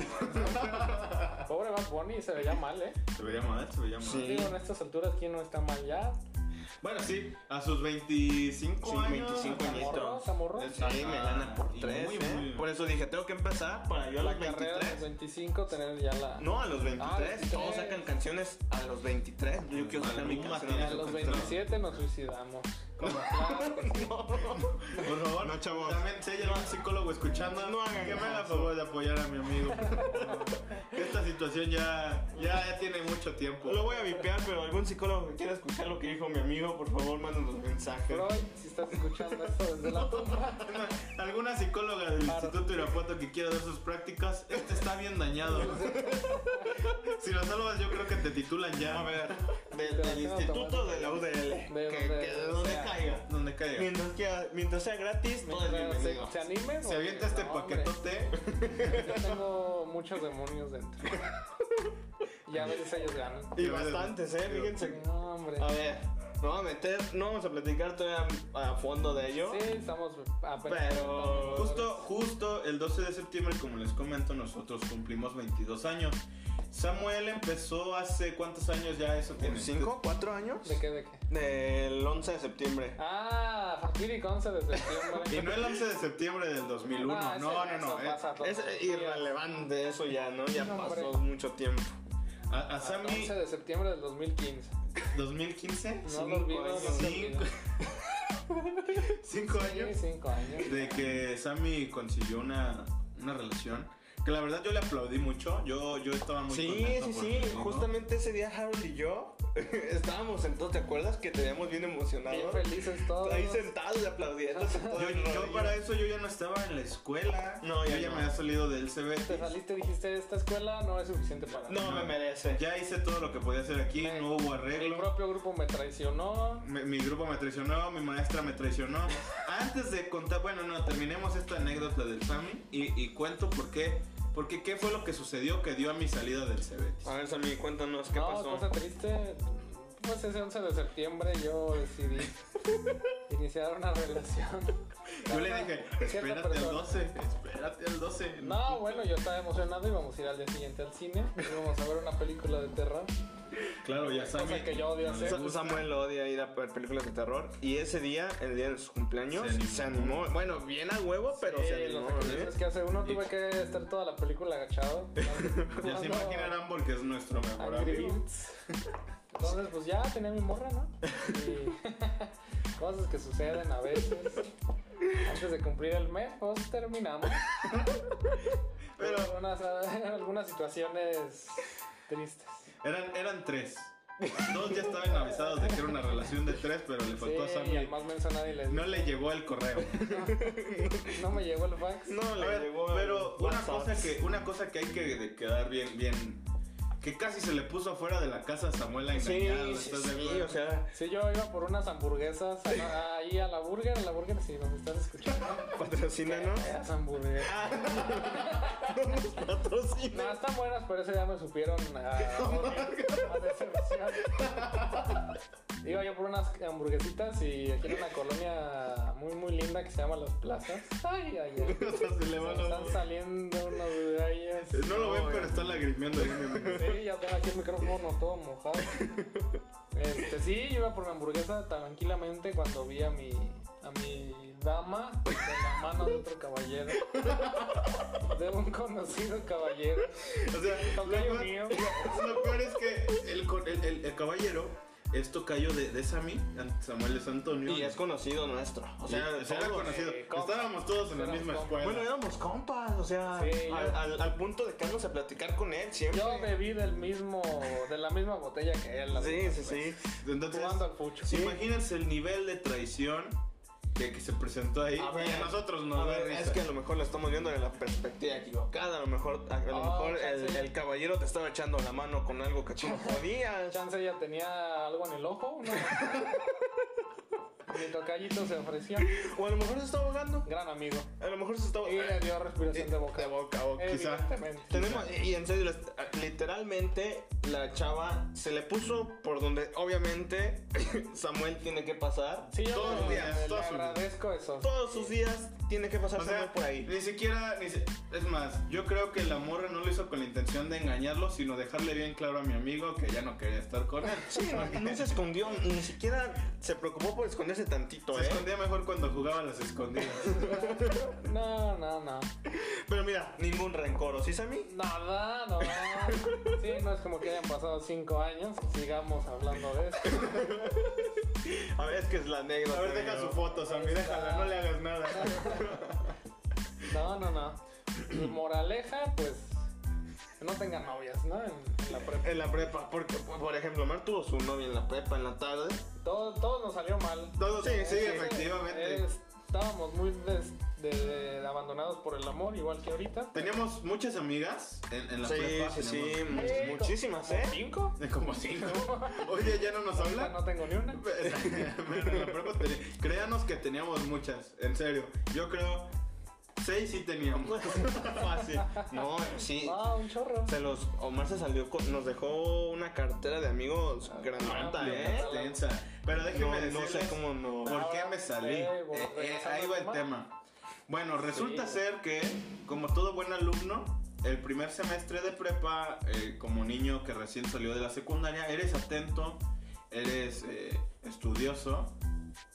Pobre Bad Bunny, se veía mal, ¿eh?
se veía mal, se veía mal.
Sí.
Digo, en estas alturas, ¿quién no está mal ya?
Bueno, sí, a sus 25
Sí,
años.
25 años.
Zamorro,
Bonito.
Zamorro.
Es-
Sí, me gana por
Y
tres,
muy,
¿eh?
muy bien.
Por eso dije, tengo que empezar para yo a
la
los
carrera a
23.
los 25, tener ya la.
No, a los 23.
Ah, 23.
Todos sacan canciones a los 23. Yo quiero sacar mi
Alguna
canción.
a los 27 nos suicidamos. Como claro,
Por favor,
No, chavos.
También, si hay algún psicólogo escuchando,
No hagan
que me haga
caso.
favor de apoyar a mi amigo. por favor. Esta situación ya, ya, ya tiene mucho tiempo.
Lo voy a vipear, pero algún psicólogo que quiera escuchar lo que dijo mi amigo, por favor, mándanos un mensaje.
Freud, si estás escuchando esto desde la tumba.
Alguna psicóloga del
Claro.
Instituto Irapuato que quiera dar sus prácticas, este está bien dañado. si lo salvas, yo creo que te titulan
A
ya.
ver, del, del instituto de la UDL.
De
que
donde
que de donde
sea.
caiga.
Donde caiga.
Mientras, quiera- mientras sea gratis, todo es
Mientras
bienvenido.
se, se animen.
Se avienta este
No, hombre,
paquetote.
Yo tengo muchos demonios dentro. Y a veces ellos ganan.
Y bastantes, ¿eh? Fíjense.
No, hombre.
A ver, no vamos a meter, no vamos a platicar todavía a, a fondo de ello.
Sí, estamos apenas.
Pero-
Justo, justo el 12 de septiembre, como les comento, nosotros cumplimos 22 años. Samuel empezó hace cuántos años ya eso tiene.
¿Cinco? ¿Cuatro años?
¿De qué? ¿De qué?
Del 11 de septiembre.
Ah, Fatírico 11 de
Y no
septiembre.
el 11 de septiembre del 2001.
Ah, ese-
no, no,
eso
no. eh.
pasa todos
Es
los días.
irrelevante eso ya, ¿no? Ya
No, hombre.
pasó mucho tiempo.
A, a Sammy,
11 de septiembre del 2015.
2015.
No
Cinco
lo olvido. no lo
años.
olvido.
Cinco- Cinco años.
Sí, cinco años.
de que Sammy consiguió una, una relación que la verdad yo le aplaudí mucho. Yo, yo estaba muy
Sí,
contento
sí,
por
sí.
contigo.
Justamente ese día Harold y yo estábamos entonces, ¿te acuerdas? Que te veíamos bien
Bien
emocionados.
felices todos.
Ahí sentados y aplaudiendo.
Yo, yo para eso yo ya no estaba en la escuela.
No, ya
yo ya
no.
me había salido del
Te
CBT.
saliste y dijiste, esta escuela no es suficiente para mí.
No me merece.
Ya hice todo lo que podía hacer aquí,
Me-
no hubo
El
arreglo.
propio grupo me traicionó.
Mi, mi grupo me traicionó, mi maestra me traicionó. Antes de contar, bueno, no, terminemos esta anécdota del Sammy y, y cuento por qué. Porque qué fue lo que sucedió que dio a mi salida del CBT.
A ver, Sammy, cuéntanos qué
no,
pasó.
pues,
cosa triste. Pues ese 11 de septiembre yo decidí iniciar una relación
Yo le dije,
Cierta
espérate al
persona.
12, espérate al 12.
No, bueno, yo estaba emocionado y vamos a ir al día siguiente al cine. Íbamos a ver una película de terror.
Claro, ya
Cosa
sabes.
que yo odio hacer.
Sa- Samuel odia ir a ver películas de terror y ese día, el día de su cumpleaños,
Se
se
animó.
animó. Bueno, bien a huevo, pero
Sí,
se
los
animó. ¿eh?
sacrificios que hace uno tuve que estar toda la película agachado.
Ya se imaginarán porque es nuestro mejor
Angry
amigo.
Birds. Entonces, pues ya tenía mi morra, ¿no? Y cosas que suceden a veces. Antes de cumplir el mes, pues terminamos. Pero
Pero-
algunas, algunas situaciones tristes.
Eran, eran tres. Dos ya estaban avisados de que era una relación de tres, pero le faltó a
Sí, y al
Sammy.
más menso nadie les
No le llegó el correo.
No me llegó el fax.
¿eh? No,
A
le
ver,
llegó el
pero una
WhatsApp.
cosa, que, una cosa que hay que de- quedar bien, bien. Que casi se le puso afuera de la casa a Samuel a
Sí,
engañarlo.
sí,
¿estás de
sí,
acuerdo?
o sea,
Sí, yo iba por unas hamburguesas a- ahí a la burger, a la burger, si nos estás escuchando.
patrocínanos.
Esas hamburguesas.
Patrocina.
No, están buenas, pero ese ya me supieron ah, a, a decepción. Iba yo por unas hamburguesitas y aquí en una colonia muy, muy linda que se llama Las Plazas. Ay, ay, ay.
O sea, se le
Se
va
me
la
están
voz.
saliendo unas gallas.
No lo ven, pero está lagrimeando. ahí, mi amigo.
Sí, ya tengo aquí el micrófono todo mojado. Este, sí, yo iba por mi hamburguesa tranquilamente cuando vi a mi, a mi dama con la mano de otro caballero. De un conocido caballero.
O sea,
Tocayo
lo peor-
mío.
pues,
Lo peor es que el, co- el, el- el caballero es tocayo de, de Sammy, An- Samuel es Antonio.
Y es conocido nuestro. O sea,
Y- era
todos.
conocido.
eh, compas.
Estábamos todos en la
Éramos
misma
compas.
escuela.
Bueno, éramos compas, o sea,
Sí, yo-
al, al- al punto de quedarnos a platicar con él siempre.
Yo bebí del mismo, de la misma botella que él. la
sí,
verdad,
sí,
pues.
sí.
Entonces,
Jugando al fucho.
sí. imagínense el nivel de traición que, que se presentó ahí.
A ver,
y a nosotros
A
nos da
ver,
risa.
es que a lo mejor lo estamos viendo de la perspectiva equivocada. A lo mejor, a lo
Ah,
mejor
chance.
el, el caballero te estaba echando la mano con algo que tú no podías.
Chance ya tenía algo en el ojo, ¿no? Mi tocallito se ofreció.
O a lo mejor se está ahogando.
Gran amigo.
A lo mejor se está
Y le
ahogando.
dio respiración de boca.
Eh, De boca, o
quizá.
Evidentemente.
Tenemos, y en serio, las- literalmente la chava se le puso por donde obviamente Samuel tiene que pasar.
Sí, yo
Todos
le-
los días,
le,
todos los días.
agradezco eso.
Todos sus días tiene que pasar
O
Samuel
sea,
por ahí.
ni siquiera, ni si- es más, yo creo que la morra no lo hizo con la intención de engañarlo, sino dejarle bien claro a mi amigo que ya no quería estar con él.
Sí, no, no se escondió, ni siquiera se preocupó por esconderse tantito,
Se
¿eh?
escondía mejor cuando jugaba a las escondidas.
No, no, no.
Pero mira, ningún rencor, ¿o sí, Sammy?
Nada, no. Sí, no es como que hayan pasado cinco años. Sigamos hablando de esto.
A ver, es que es la negra.
A ver, deja su foto, Sammy, déjala, no le hagas nada.
No, no, no. Y Moraleja, pues. que No tengan novias, ¿no? En, en la prepa.
En la prepa, porque, por ejemplo, Mar tuvo su novia en la prepa en la tarde.
Todo, todo nos salió mal.
Todo, sí, sí,
Eh,
efectivamente.
eh, estábamos muy des- de- de- abandonados por el amor, igual que ahorita.
Teníamos muchas amigas en, en la
sí,
prepa.
sí, sí,
teníamos-
mu-
Eh,
muchísimas,
¿Como
¿eh?
¿Cinco?
De como cinco. Oye, ya no nos
Ya
hablan.
No tengo ni una.
Pero en la prepa teni- Créanos que teníamos muchas, en serio. Yo creo seis sí teníamos. Fácil.
No, sí.
Ah, un chorro.
Se los, Omar se salió con, nos dejó una cartera de amigos grandota,
amplio,
¿eh?
¿no?
Tensa. Pero
No,
déjenme
no sé
Ah, decirles Ah.
cómo no.
por qué me salí.
Eh,
Eh,
bueno,
eh,
regresando
ahí
al
va el
tema.
tema. Bueno, resulta
Sí.
ser que, como todo buen alumno, el primer semestre de prepa, eh, como niño que recién salió de la secundaria, eres atento, eres eh, estudioso,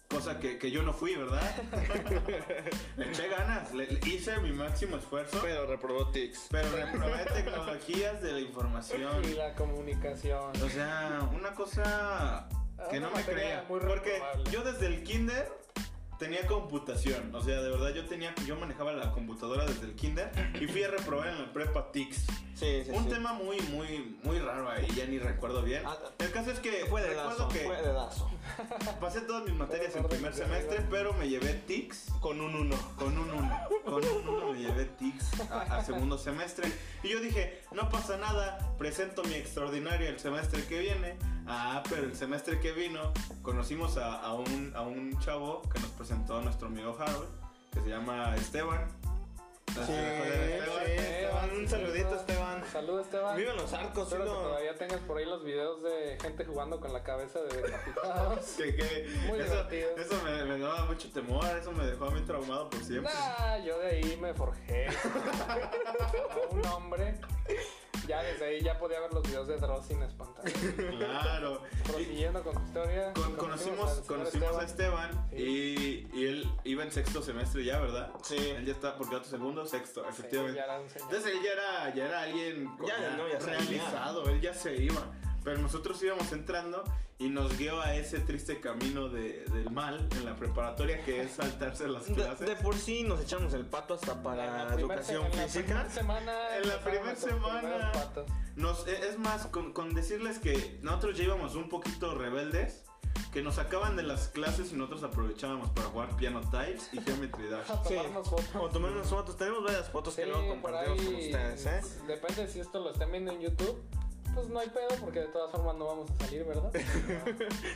cosa que, que yo no fui, ¿verdad? le eché ganas, le- le hice mi máximo esfuerzo,
Pero reprobó tics.
pero reprobé tecnologías de la información.
Y la comunicación.
O sea, una cosa que
Ah, Una
no me
materia
creía.
muy
Porque
reprobable.
yo desde el kinder tenía computación. O sea, de verdad yo tenía, yo manejaba la computadora desde el kinder y fui a reprobar en la prepa TICS.
Sí, sí,
Un
sí.
tema muy, muy, muy raro ahí, ya ni recuerdo bien.
Ah,
El caso es que
Fue
recuerdo
dedazo,
que
fue dedazo.
pasé todas mis materias en
orden
primer
de arriba.
semestre, pero me llevé TICS.
Con un uno.
Con un 1. Con un 1 me llevé TICS a, a segundo semestre. Y yo dije, no pasa nada, presento mi extraordinario el semestre que viene. Ah, pero el semestre que vino conocimos a, a un, a un chavo que nos presentó nuestro amigo Harold, que se llama Esteban. No sé si recuerdan a Esteban.
sí. Esteban,
un
sí,
saludito,
Esteban.
Esteban.
Saluda Esteban.
Viven los arcos,
Espero
sí,
que
no.
todavía tengas por ahí los videos de gente jugando con la cabeza de decapitados.
Que, que-
Muy
eso
divertido.
eso me, me daba mucho temor, eso me dejó a mí traumado por siempre.
Nah, yo de ahí me forjé. Como un hombre. Ya desde ahí ya podía ver los videos de Dross sin espantar.
Claro. Y
Prosiguiendo con tu historia.
con- conocimos
al señor
conocimos a
este,
Esteban.
Esteban y, y él iba en sexto semestre ya, ¿verdad?
Sí.
Él ya está, porque otro segundo, sexto,
Sí,
efectivamente.
ya era un señor.
Entonces él ya era, ya era alguien
Ya, no, ya se
realizado, él ya se iba. Pero nosotros íbamos entrando y nos guió a ese triste camino de- del mal en la preparatoria que es saltarse las
De,
clases.
de por sí nos echamos el pato hasta para
primer-
educación
en la
física.
primer semana.
En la primer
empezaron nuestros
semana.
primeros patos.
Nos, e- es más, con, con decirles que nosotros ya íbamos un poquito rebeldes, que nos sacaban de las clases y nosotros aprovechábamos para jugar piano tiles y geometry dash.
A tomarnos fotos.
O tomar unas fotos. Tenemos varias fotos que
Sí,
luego
por
compartimos con
ahí,
ustedes, ¿eh?
Depende si esto lo están viendo en YouTube. Pues no hay pedo porque de todas formas no vamos a salir, ¿verdad?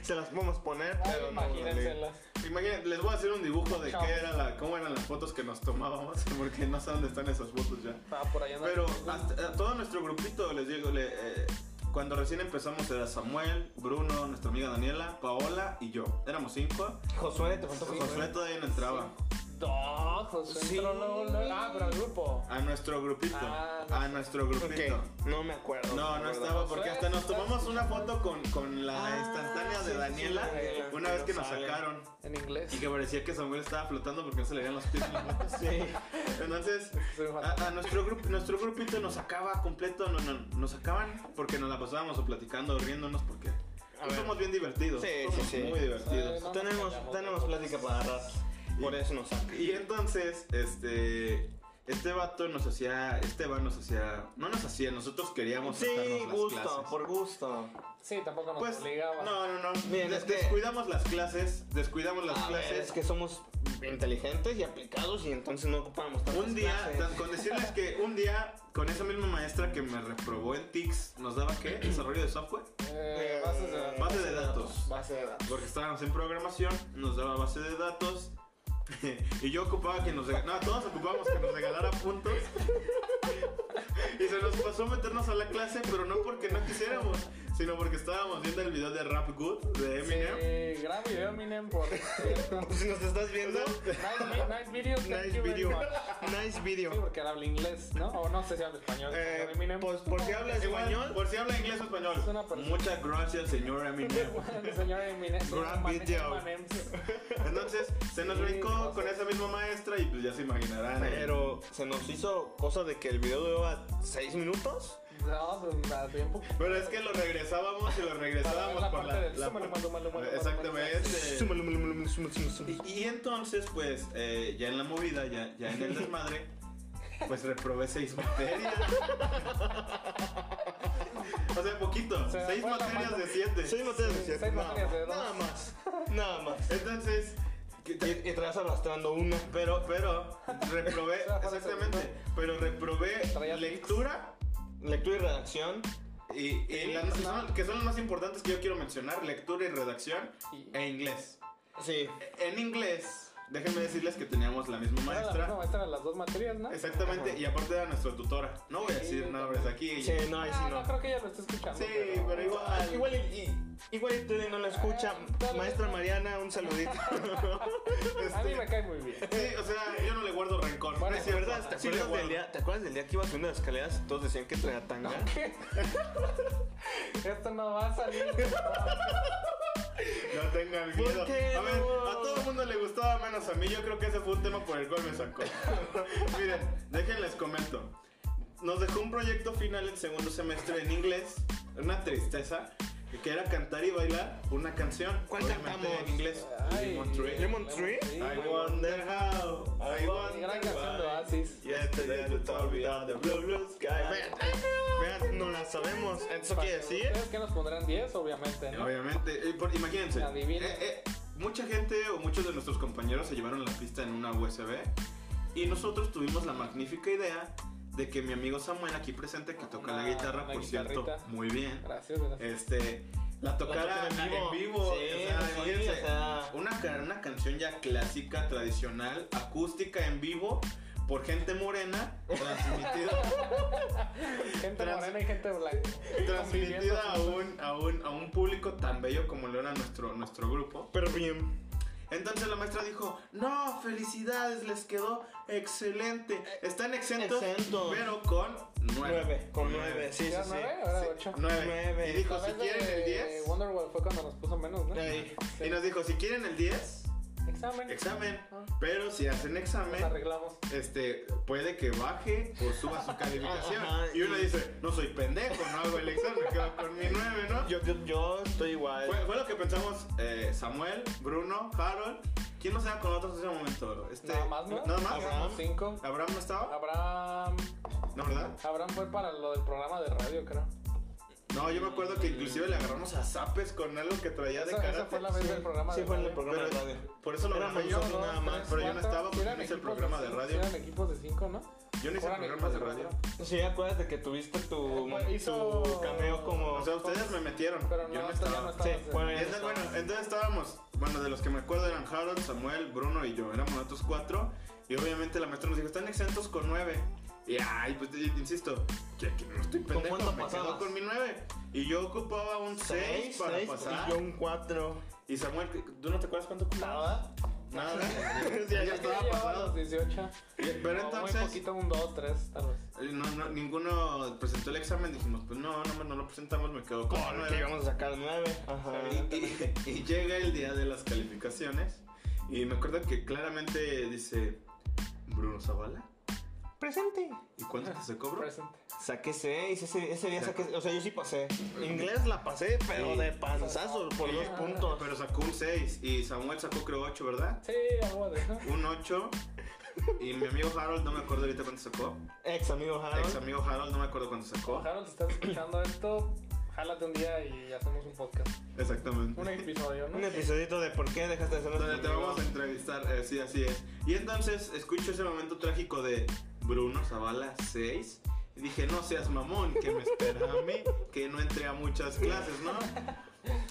Se las podemos poner,
Ay,
pero no.
imagínenselas.
Imagínate, les voy a hacer un dibujo de
Chao.
qué era la, cómo eran las fotos que nos tomábamos, porque no sé dónde están esas fotos ya.
Ah, por allá no.
Pero hasta- a todo nuestro grupito, les digo, le- eh, cuando recién empezamos era Samuel, Bruno, nuestra amiga Daniela, Paola y yo. Éramos cinco.
Josué, te faltó Josué.
Josué todavía no entraba.
No, José
Sí.
entró luego, luego. Ah, pero al grupo.
A nuestro grupito.
Ah,
a nuestro grupito.
Ok, no me acuerdo.
No, no
me acuerdo.
estaba porque hasta nos tomamos una foto con, con la
Ah,
instantánea
sí,
de
sí,
Daniela
sí, sí,
una
sí,
vez que
lo
nos
sale.
sacaron
En inglés.
y que parecía que Samuel estaba flotando porque no se le veían los pies. en la foto.
Sí.
Entonces,
Soy un fan.
a, a nuestro, grup- nuestro grupito nos sacaba completo, no, no, nos sacaban porque nos la pasábamos o platicando, o riéndonos porque pues,
A ver.
somos bien divertidos.
Sí,
somos
sí, sí.
Muy divertidos.
Ay, no.
Tenemos, tenemos plática para rato. Por eso nos saca.
Y entonces, este. Este vato nos hacía. Esteban nos hacía. No nos hacía, nosotros queríamos
Sí,
saltarnos las
gusto,
clases.
por gusto.
Sí, tampoco nos
Pues,
obligaba. Eh,
no, no, no.
Miren,
Des-
es que-
Descuidamos las clases. Descuidamos las
A ver,
clases.
es que somos inteligentes y aplicados y entonces no ocupamos tantas
Un día,
clases.
tan- con decirles que un día, con esa misma maestra que me reprobó en TICS, nos daba qué? Desarrollo de software.
Eh, bases de datos.
Base de datos.
Base de datos.
Porque estábamos en programación, nos daba base de datos. Y yo ocupaba que nos regalara. No, todos ocupábamos que nos regalara puntos. Y se nos pasó meternos a la clase, pero no porque no quisiéramos, sino porque estábamos viendo el video de Rap Good de Eminem.
Sí, gran video Eminem por cierto.
Si nos estás viendo,
Nice, vi- nice video, thank
nice
you very
video.
much.
Nice
Sí,
video.
porque él habla inglés, ¿no? O no sé si habla español.
Eh,
pero Eminem.
pues por si hablas
Igual,
español,
por si habla inglés o
Es una
español.
persona.
Muchas gracias, señor Eminem.
El señor Eminem. se
Gran
llama
video.
Eminem.
Entonces, se nos
Sí,
brincó
no
con
sé.
esa misma maestra y pues ya se imaginarán. ¿eh?
pero se nos hizo cosa de que el video duraba 6 minutos.
No, pues a tiempo.
Pero es que lo regresábamos y lo regresábamos
Para ver la
por la.
parte del súmalo, malo, malo, malo,
Exactamente.
Súmalo, súmalo, súmalo, súmalo, súmalo, súmalo.
Y, y entonces, pues, eh, ya en la movida, ya, ya en el desmadre, pues reprobé seis materias. o sea, poquito.
Se me
seis
fue la
materias
mano.
de siete.
Seis materias de
Sí,
siete,
seis
nada
materias de
más,
dos.
Nada más. Nada más.
Entonces, que- que-
Y, y traes arrastrando una.
pero, pero, reprobé,
Se me fue la
exactamente, pero reprobé
Traía
lectura
Lectura y redacción.
y, y las que son- que son las más importantes que yo quiero mencionar, lectura y redacción
Y-
e inglés.
Sí.
En inglés, déjenme decirles que teníamos la misma
Era la misma
maestra.
maestra de las dos materias, ¿no?
Exactamente,
Ajá.
y aparte era nuestra tutora. No voy a decir
Sí,
nombres aquí.
Sí, no, ahí sí
Ah, no,
no.
creo que ella lo está escuchando.
Sí, pero igual.
Ah, Igual y, y- igual y Tuli no lo escucha.
Ah, dale.
Maestra Mariana, un saludito.
A mí me cae muy bien.
Este, Sí, o sea, yo no le guardo rencor.
Bueno,
es
¿Te
cierto,
acuerdas, te
sí le
acuerdas
guardo.
del día, ¿Te acuerdas del día que iba subiendo las escaleras y todos decían que traía tanga?
Esto no va a salir.
No tengan
¿Por
miedo.
qué
A ver,
no?
a todo el mundo le gustaba menos a mí. Yo creo que ese fue un tema por el cual me sacó. Miren, déjenles comento. Nos dejó un proyecto final en segundo semestre en inglés. Una tristeza. Que era cantar y bailar una canción.
¿Cuál
obviamente
cantamos?
En inglés.
Ay,
Lemon Tree.
Lemon Tree?
I wonder how. I wonder
Gran canción de
why.
Oasis.
Yesterday the told me of the blue blue sky.
Vean, vean, no la sabemos. ¿Eso
Para
quiere
que
decir?
¿Ustedes que nos pondrán 10? Obviamente, ¿no?
Obviamente, eh, por- imagínense.
Adivinen.
eh, eh, mucha gente o muchos de nuestros compañeros se llevaron la pista en una USB y nosotros tuvimos la magnífica idea de que mi amigo Samuel aquí presente que toca la
Una-
guitarra,
una
por cierto,
Ah, guitarrita.
muy bien.
Gracias, gracias.
Este, la tocara
La tocan
en vivo,
Sí,
o sea,
sí,
imagínense,
o sea,
una, ca- una canción ya clásica, tradicional, acústica en vivo, por gente morena, transmitida,
Gente
Trans-
morena y gente blanca.
transmitida a, un, a, un, a un público tan bello como lo era nuestro, nuestro grupo.
Pero bien.
Entonces la maestra dijo, no, felicidades, les quedó excelente. Están exentos,
Exentos.
pero con nueve.
Nueve, con nueve. Sí, sí,
¿Ya
sí.
nueve? Ahora
Sí,
ocho.
nueve.
Nueve.
Y dijo,
La
si
vez de
quieren el 10.
Wonderwall fue cuando nos puso menos, ¿no?
Ey.
Sí.
Y nos dijo, si quieren el 10,
Examen.
examen.
Ah,
Pero si hacen
Nos
examen,
arreglamos.
este, puede que baje o suba su calificación.
Ajá,
y uno
y-
dice, no soy pendejo, no hago el examen, quedo con mi 9, ¿no?
Yo, yo, yo estoy igual.
Fue, fue lo que pensamos eh, Samuel, Bruno, Harold. ¿Quién nos era con nosotros en ese momento? Este,
Nada más, ¿no?
Nada más.
Éramos cinco.
¿Abraham no
Ah,
estaba?
Abraham.
¿No, verdad?
Abraham fue para lo del programa de radio, creo.
No, yo me acuerdo que inclusive le agarramos a zapes con algo que traía de
Esa, esa
karate.
fue la vez del programa
Sí,
de
fue en
radio.
el programa de
Pero-
radio.
Por eso lo
Éramos
grabé yo,
nosotros
nada
nada
más.
más,
Pero yo no
¿Cuántos?
estaba porque
Eran
no hice el
equipos
programa de
cinco,
radio.
Eran equipos de cinco, ¿no?
Yo no hice
Eran
programas de
equipos
radio.
Sí, acuérdate que tuviste tu,
Pues hizo-
tu cameo como.
O sea, ustedes me metieron.
Pero no,
yo no
hasta ya
estaba.
no estabas.
Sí, bueno,
Y
ya
entonces, bueno, entonces estábamos, bueno, de los que me acuerdo eran Harold, Samuel, Bruno y yo, éramos nosotros cuatro, y obviamente la maestra nos dijo, están exentos con nueve. Y ay, pues y- insisto, que, que no estoy pendejo,
cuánto
me quedo
pasabas?
con mi nueve. Y yo ocupaba un seis para
seis,
pasar.
Y yo un 4.
Y, Samuel, ¿tú no te acuerdas cuánto ocupabas?
Nada.
Nada.
Yo
ya, ya estaba
llevaba
pasado.
los 18.
Y- Pero
No, Muy
entonces, eh,
poquito, un 2, 3, tal vez.
no, no, ninguno presentó el examen, dijimos, pues no, no, no lo presentamos, me quedo con nueve.
Porque íbamos a sacar 9. Ajá.
Y, y- y llega el día de las calificaciones y me acuerdo que claramente dice Bruno Zavala.
Presente.
¿Y cuánto te sacó,
Pues,
bro?
Present.
Saqué 6. Ese, ese día
Ya.
saqué. O sea, yo sí Ah. pasé. Inglés la pasé, pero
Sí.
de panzazo por
Sí.
dos puntos.
Pero sacó un 6 y Samuel sacó creo 8, ¿verdad?
Sí, agua de.
Un 8 y mi amigo Harold no me acuerdo ahorita cuánto sacó.
Ex amigo Harold.
Ex amigo Harold no me acuerdo cuánto sacó.
Harold, si estás escuchando esto, jálate un día y hacemos un podcast.
Exactamente.
Un episodio, ¿no?
Un episodito de por qué dejaste de ser nuestro
Donde te
amigo.
vamos a entrevistar, eh, sí, así es. Y entonces escucho ese momento trágico de Bruno Zavala 6 y dije, no seas mamón, que me espera a mí, que no entré a muchas clases, ¿no?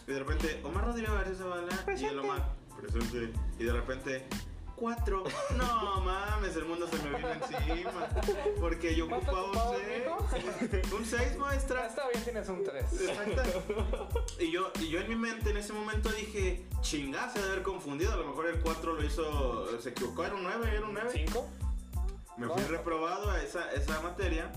Y de repente, Omar Rodríguez Vargas Zavala y el Omar, presente. Y de repente, cuatro. No mames, el mundo se me vino encima. Porque yo
¿Cuánto
ocupaba
ocupabas,
un 6. Un 6,
Ah,
maestra.
Está bien, tienes un 3.
Exacto. Y yo, y yo en mi mente en ese momento dije, chingá, se debe haber confundido. A lo mejor el 4 lo hizo, se equivocó, era un 9, era un 9.
5.
Me fui
No.
reprobado a esa, esa materia.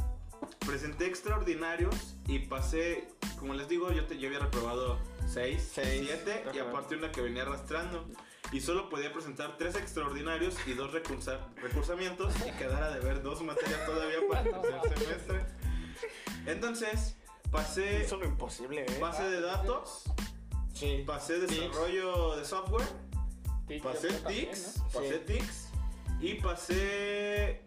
Presenté extraordinarios y pasé, como les digo, yo, te, yo había reprobado 6,
Seis.
7 y
Ajá.
aparte una que venía arrastrando. Y solo podía presentar 3 extraordinarios y 2 recursamientos y quedara de ver dos materias todavía para el tercer semestre. Entonces, pasé
Hizo lo imposible, ¿eh?
Base de datos,
Sí.
pasé desarrollo de software, pasé TICS, pasé TICS y pasé.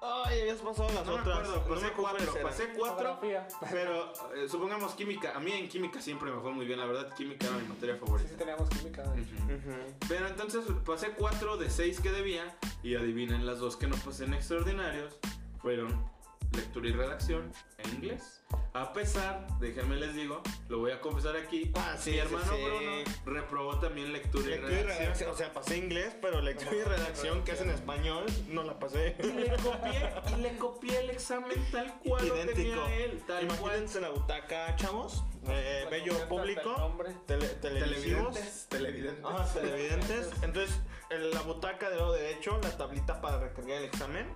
Ay, habías pasado las
No me
otras.
acuerdo,
me
pasé
acuerdo
cuatro,
cuáles eran.
pasé cuatro,
Fotografía.
pero eh, supongamos química. A mí en química siempre me fue muy bien, la verdad, química era mi materia
Sí, sí,
favorita.
teníamos química. de hecho.
Ujú.
Ujú.
Pero entonces pasé cuatro de seis que debía y adivinen las dos que no pasé en extraordinarios fueron lectura y redacción en inglés. A pesar, déjenme les digo, lo voy a confesar aquí,
Ah, sí,
mi
sí,
hermano
sí.
Bruno reprobó también lectura y
Lectura y
redacción.
redacción, o sea, pasé inglés, pero lectura y redacción, que es en español, no la pasé.
Y le copié, y le copié el examen tal cual lo
Idéntico.
tenía él, tal cual.
Imagínense en la butaca, chavos, eh, bello
La confianza hasta el
público,
nombre.
tele- televisivos.
televidentes.
Ah, televidentes. Entonces, en la butaca del lado derecho, la tablita para recargar el examen.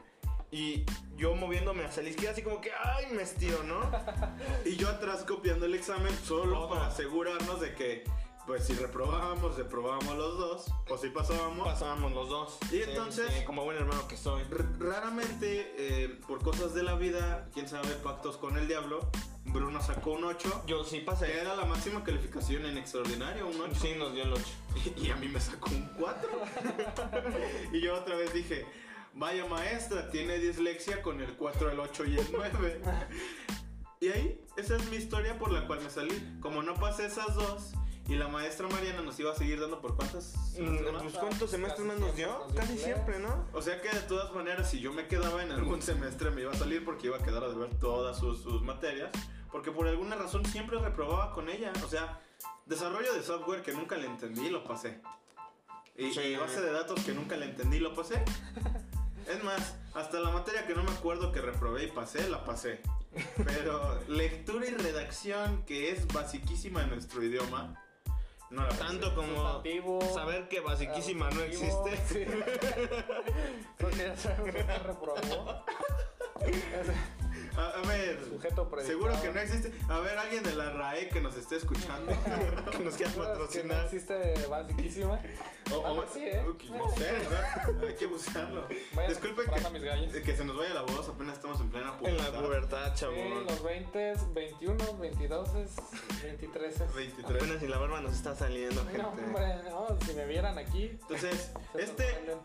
Y yo moviéndome hacia la izquierda, así como que, ay, me estiro, ¿no?
Y yo atrás copiando el examen solo
Todo.
para asegurarnos de que, pues si reprobábamos, reprobábamos los dos, o si pasábamos.
Pasábamos los dos.
Y entonces-
sí, como buen hermano que soy.
R- Raramente, eh, por cosas de la vida, quién sabe, pactos con el diablo, Bruno sacó un 8,
Yo sí
que
pasé.
era la máxima calificación en extraordinario, un 8.
Sí, nos dio el 8.
Y a mí me sacó un 4. y yo otra vez dije, vaya maestra, tiene dislexia con el 4, el 8 y el 9. y ahí, esa es mi historia por la cual me salí. Como no pasé esas dos y la maestra Mariana nos iba a seguir dando por cuántas... semanas
Pues,
más?
¿Cuántos semestres más nos dio? Casi siempre, ¿no?
O sea que de todas maneras, si yo me quedaba en algún semestre, me iba a salir porque iba a quedar a deber todas sus, sus materias. Porque por alguna razón siempre reprobaba con ella. O sea, desarrollo de software que nunca le entendí, lo pasé. Y Y,
Sí.
y base de datos que nunca le entendí, lo pasé. Es más, hasta la materia que no me acuerdo que reprobé y pasé, la pasé. Pero lectura y redacción, que es basiquísima en nuestro idioma, no la pasé.
Tanto como
Sustantivo,
saber que basiquísima no
adjetivo,
existe.
sí. Porque ya sabemos que reprobó.
A, a ver,
Sujeto predicado.
seguro que no existe. A ver, alguien de la RAE que nos esté escuchando, que nos quiera
Seguro que no
patrocinar.
existe basiquísima.
O, o-
Ah, sí, ¿eh?
o que- no sé, ¿verdad? Hay que buscarlo.
Vayan
Disculpen
comprando mis gallos.
que, que se nos vaya la voz, apenas estamos en plena
En la
pubertad.
pubertad,
Sí,
chabón.
los 20, 21, 22, 23.
23.
Apenas si la barba nos está saliendo,
No,
gente.
hombre, no, si me vieran aquí.
Entonces,
se
este
sorprenden.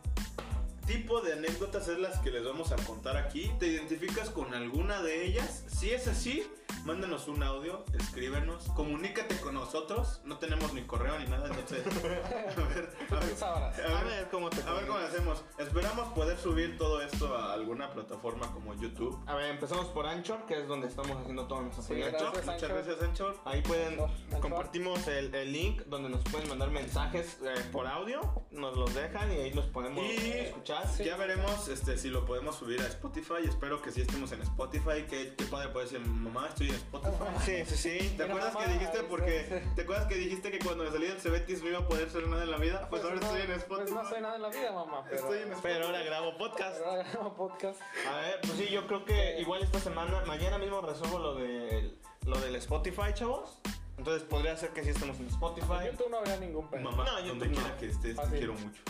tipo de anécdotas es las que les vamos a contar aquí. ¿Te identificas con alguna de ellas? Si es así, mándanos un audio, escríbenos, comunícate con nosotros. No tenemos ni correo ni nada, entonces. A ver, a
Tú
ver.
sabrás.
A
A
ver,
ver cómo te.
a ver cómo lo hacemos. Esperamos poder subir todo esto a alguna plataforma como YouTube.
A ver, empezamos por Anchor, que es donde estamos haciendo todos nuestros
Sí,
proyectos.
Anchor,
gracias,
muchas
Anchor.
gracias, Anchor.
Ahí pueden,
Anchor.
compartimos el, el link donde nos pueden mandar mensajes eh, por audio, nos los dejan y ahí los podemos
Y-
escuchar.
Ya veremos este, si lo podemos subir a Spotify. Espero que sí estemos en Spotify. Qué, qué padre puede decir, mamá, estoy en Spotify.
Sí, sí, sí.
¿Te
Mira,
acuerdas
mamá,
que dijiste
ahí
porque
está.
te acuerdas que dijiste que cuando me salí del Cebetis no iba a poder ser nada en la vida? Pues, ahora
no,
estoy en
Pues
Spotify.
no soy nada en la vida, mamá. Pero,
Estoy en
Pero ahora grabo podcast.
pero ahora grabo podcast.
A ver, pues sí, yo creo que igual esta semana, mañana mismo resuelvo lo del, lo del Spotify, chavos. Entonces podría ser que sí estemos en
En
Spotify.
YouTube no habría ningún pedo.
Mamá,
No, yo
donde
no.
quiera que estés,
Así.
te quiero mucho.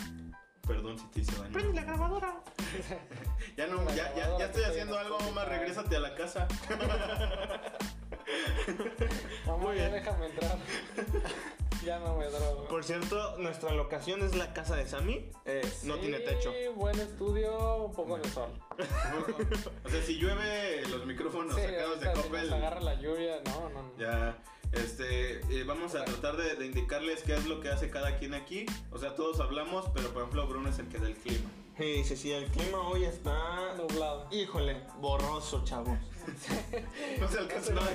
Perdón si te hice daño.
la grabadora.
Ya no,
La
ya, ya, ya
grabadora que
estoy
estoy
haciendo
en
algo, mamá,
Spotify.
regrésate a la casa.
Mamá, ya
bien.
déjame entrar. ya no me drogo.
Por cierto, nuestra locación es la casa de Sammy. Eh, No
Sí,
tiene techo.
buen estudio, un poco de sol.
o sea, si llueve los micrófonos sacados de
ahorita si
Coppel.
nos agarra la lluvia, no, no, no.
Ya, este, eh, vamos a tratar de, de indicarles qué es lo que hace cada quien aquí. O sea, todos hablamos, pero por ejemplo, Bruno es el que da el clima.
Sí, sí, sí, el clima hoy está...
Nublado.
Híjole, borroso, chavos.
No se alcanza nada.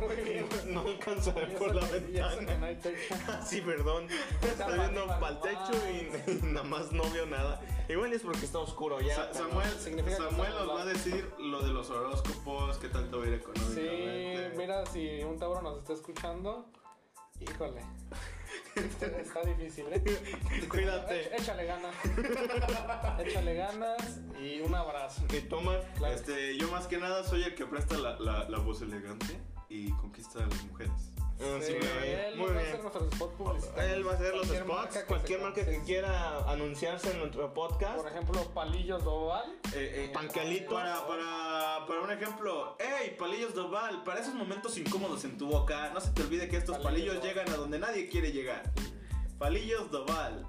Muy, muy bien.
No alcanzo a
Y
ver
eso
por la
que- y eso que
ventana.
no hay techo.
Sí, perdón.
Está
Estoy viendo
mal,
para el
mal.
techo y, y nada más no veo nada. Igual es porque está oscuro ya.
Sa-
pero-
Samuel,
Significa que
Samuel
estamos
nos va a
hablando.
decir lo de los horóscopos, qué tal te va a ir económicamente.
Sí, mira, si un Tauro nos está escuchando, híjole. Está, está difícil, ¿eh?
Cuídate.
Eh, Échale ganas. Échale ganas y un abrazo.
Que toma.
Claro.
Este, yo más que nada soy el que presta la, la- la voz elegante y conquista a las mujeres.
Ah, sí,
Sí,
muy bien,
él
muy
va a
bien.
hacer nuestros spots publicitarios.
Él va a hacer los
Cualquier
spots.
marca que
cualquier
se
marca
conoce.
que quiera anunciarse en nuestro podcast.
Por ejemplo, Palillos Doval.
Eh, eh,
Pancalito.
Para, para, para un ejemplo, hey, palillos Doval, para esos momentos incómodos en tu boca, no se te olvide que estos
Palillos
palillos,
Doval.
llegan a donde nadie quiere llegar. Palillos Doval.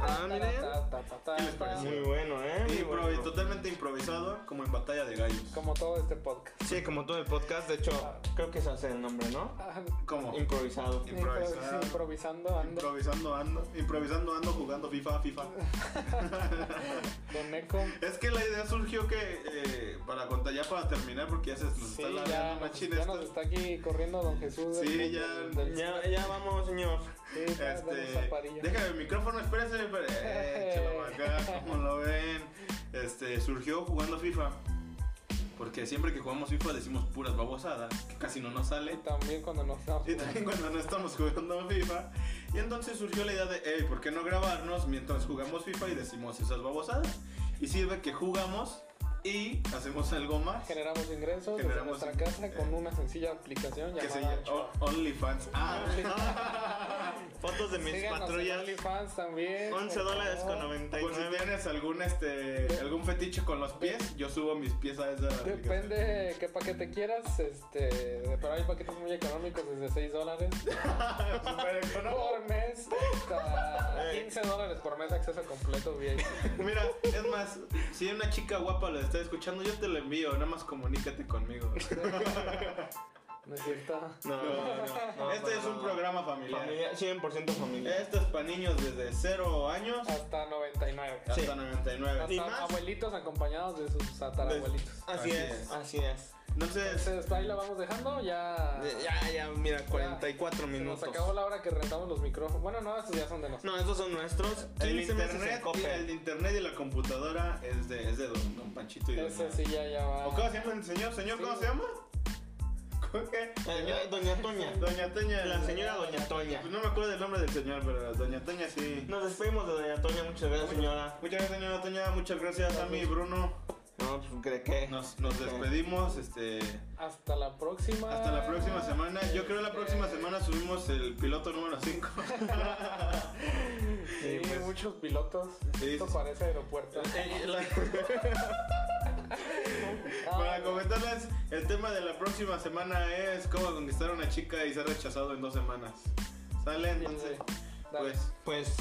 Ah, miren.
Ta, ta, ta, ta,
¿Qué les
ta.
pareció?
Muy bueno, ¿eh? Muy
Impro-
bueno.
Totalmente improvisado, como en batalla de gallos.
Como todo este podcast.
Sí, como todo el podcast. De hecho, creo que se hace el nombre, ¿no?
Ah,
¿Cómo?
Improvisado.
Improvisado.
improvis- Improvisando ando
Improvisando ando, improvisando ando jugando FIFA, FIFA.
con eco.
Es que la idea surgió que eh, para contar ya para terminar porque ya se nos
Sí,
está
ya,
ladeando
nos,
machín
ya nos
esto.
está aquí corriendo Don Jesús. del
Sí,
mundo
ya-
del-
Ya, ya vamos, señor.
sí, ya, danos
Este,
zapadilla.
déjame el micrófono, espérese, espérese. Eh, échalo para acá, como lo ven. Este, surgió jugando FIFA. Porque siempre que jugamos FIFA decimos puras babosadas, que casi no nos
Y
sale.
también cuando nos estamos
Y también cuando no estamos jugando FIFA. Y entonces surgió la idea de, hey, ¿por qué no grabarnos mientras jugamos FIFA y decimos esas babosadas? Y sirve que jugamos y hacemos algo más.
generamos ingresos
Generamos ing-
desde nuestra
eh,
casa con una sencilla aplicación
Que se oh.
llamada
llama
Anchor.
O- OnlyFans. Ah,
Fotos de mis
Síganos en
patrullas.
OnlyFans también.
11
por
dólares con
favor.
por si
99.
tienes algún, este, algún fetiche con los pies, yo subo mis pies a esa aplicación.
Depende qué paquete quieras, este, pero hay paquetes muy económicos desde 6 dólares
Ah, Súper económico.
por mes hasta 15 dólares por mes acceso completo VIP.
Mira, es más, si una chica guapa lo está escuchando, yo te lo envío, nada más comunícate conmigo.
¿No es cierto?
No,
este es un programa familiar.
Familia, 100% familiar.
Esto es para niños desde 0 años
Hasta 99.
hasta
Sí.
99.
Hasta
Y más.
abuelitos acompañados de sus tatarabuelitos.
Así
Así es,
es.
así es.
Entonces,
Entonces, ahí la vamos dejando. Ya.
Ya, ya, mira, 44
Ah. se nos
minutos.
acabó la hora que rentamos los micrófonos. Bueno, no, estos ya son de nosotros.
No, esos son nuestros.
el
15 meses en
internet, y,
Coppel.
el internet y la computadora es de, es de don, don Panchito y de
Ese sí, ya, ya va.
¿O cómo se llama el señor? ¿Señor
Sí.
cómo se llama? ¿Cómo que?
Eh, Doña Toña.
Doña Toña.
La señora Doña Toña.
Pues no me acuerdo del nombre del señor, pero Doña Toña sí.
Nos despedimos de Doña Toña, muchas gracias, señora.
Muchas gracias, señora Toña. Muchas gracias a mí, Bruno.
No, pues cree que.
Nos, nos despedimos. Este,
Hasta la próxima. Eh,
hasta la próxima semana. Yo creo que la próxima semana subimos el piloto número 5.
Sí,
pues.
muchos pilotos.
Sí,
Esto
sí.
parece aeropuerto.
Eh, la-
Ah,
Para comentarles, el tema de la próxima semana es cómo conquistar a una chica y ser rechazado en dos semanas. ¿Sale? Entonces,
Dale.
pues
Pues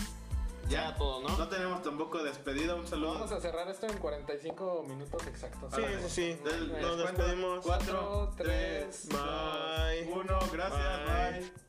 ya todo, ¿no?
no tenemos tampoco despedida. Un
Vamos
saludo.
a cerrar esto en 45 minutos exactos.
Sí,
Ándale.
sí, sí.
Del-
Nos
descuento.
despedimos.
Cuatro,
Cuatro, tres,
tres,
Bye.
uno. Gracias,
Bye.
bye.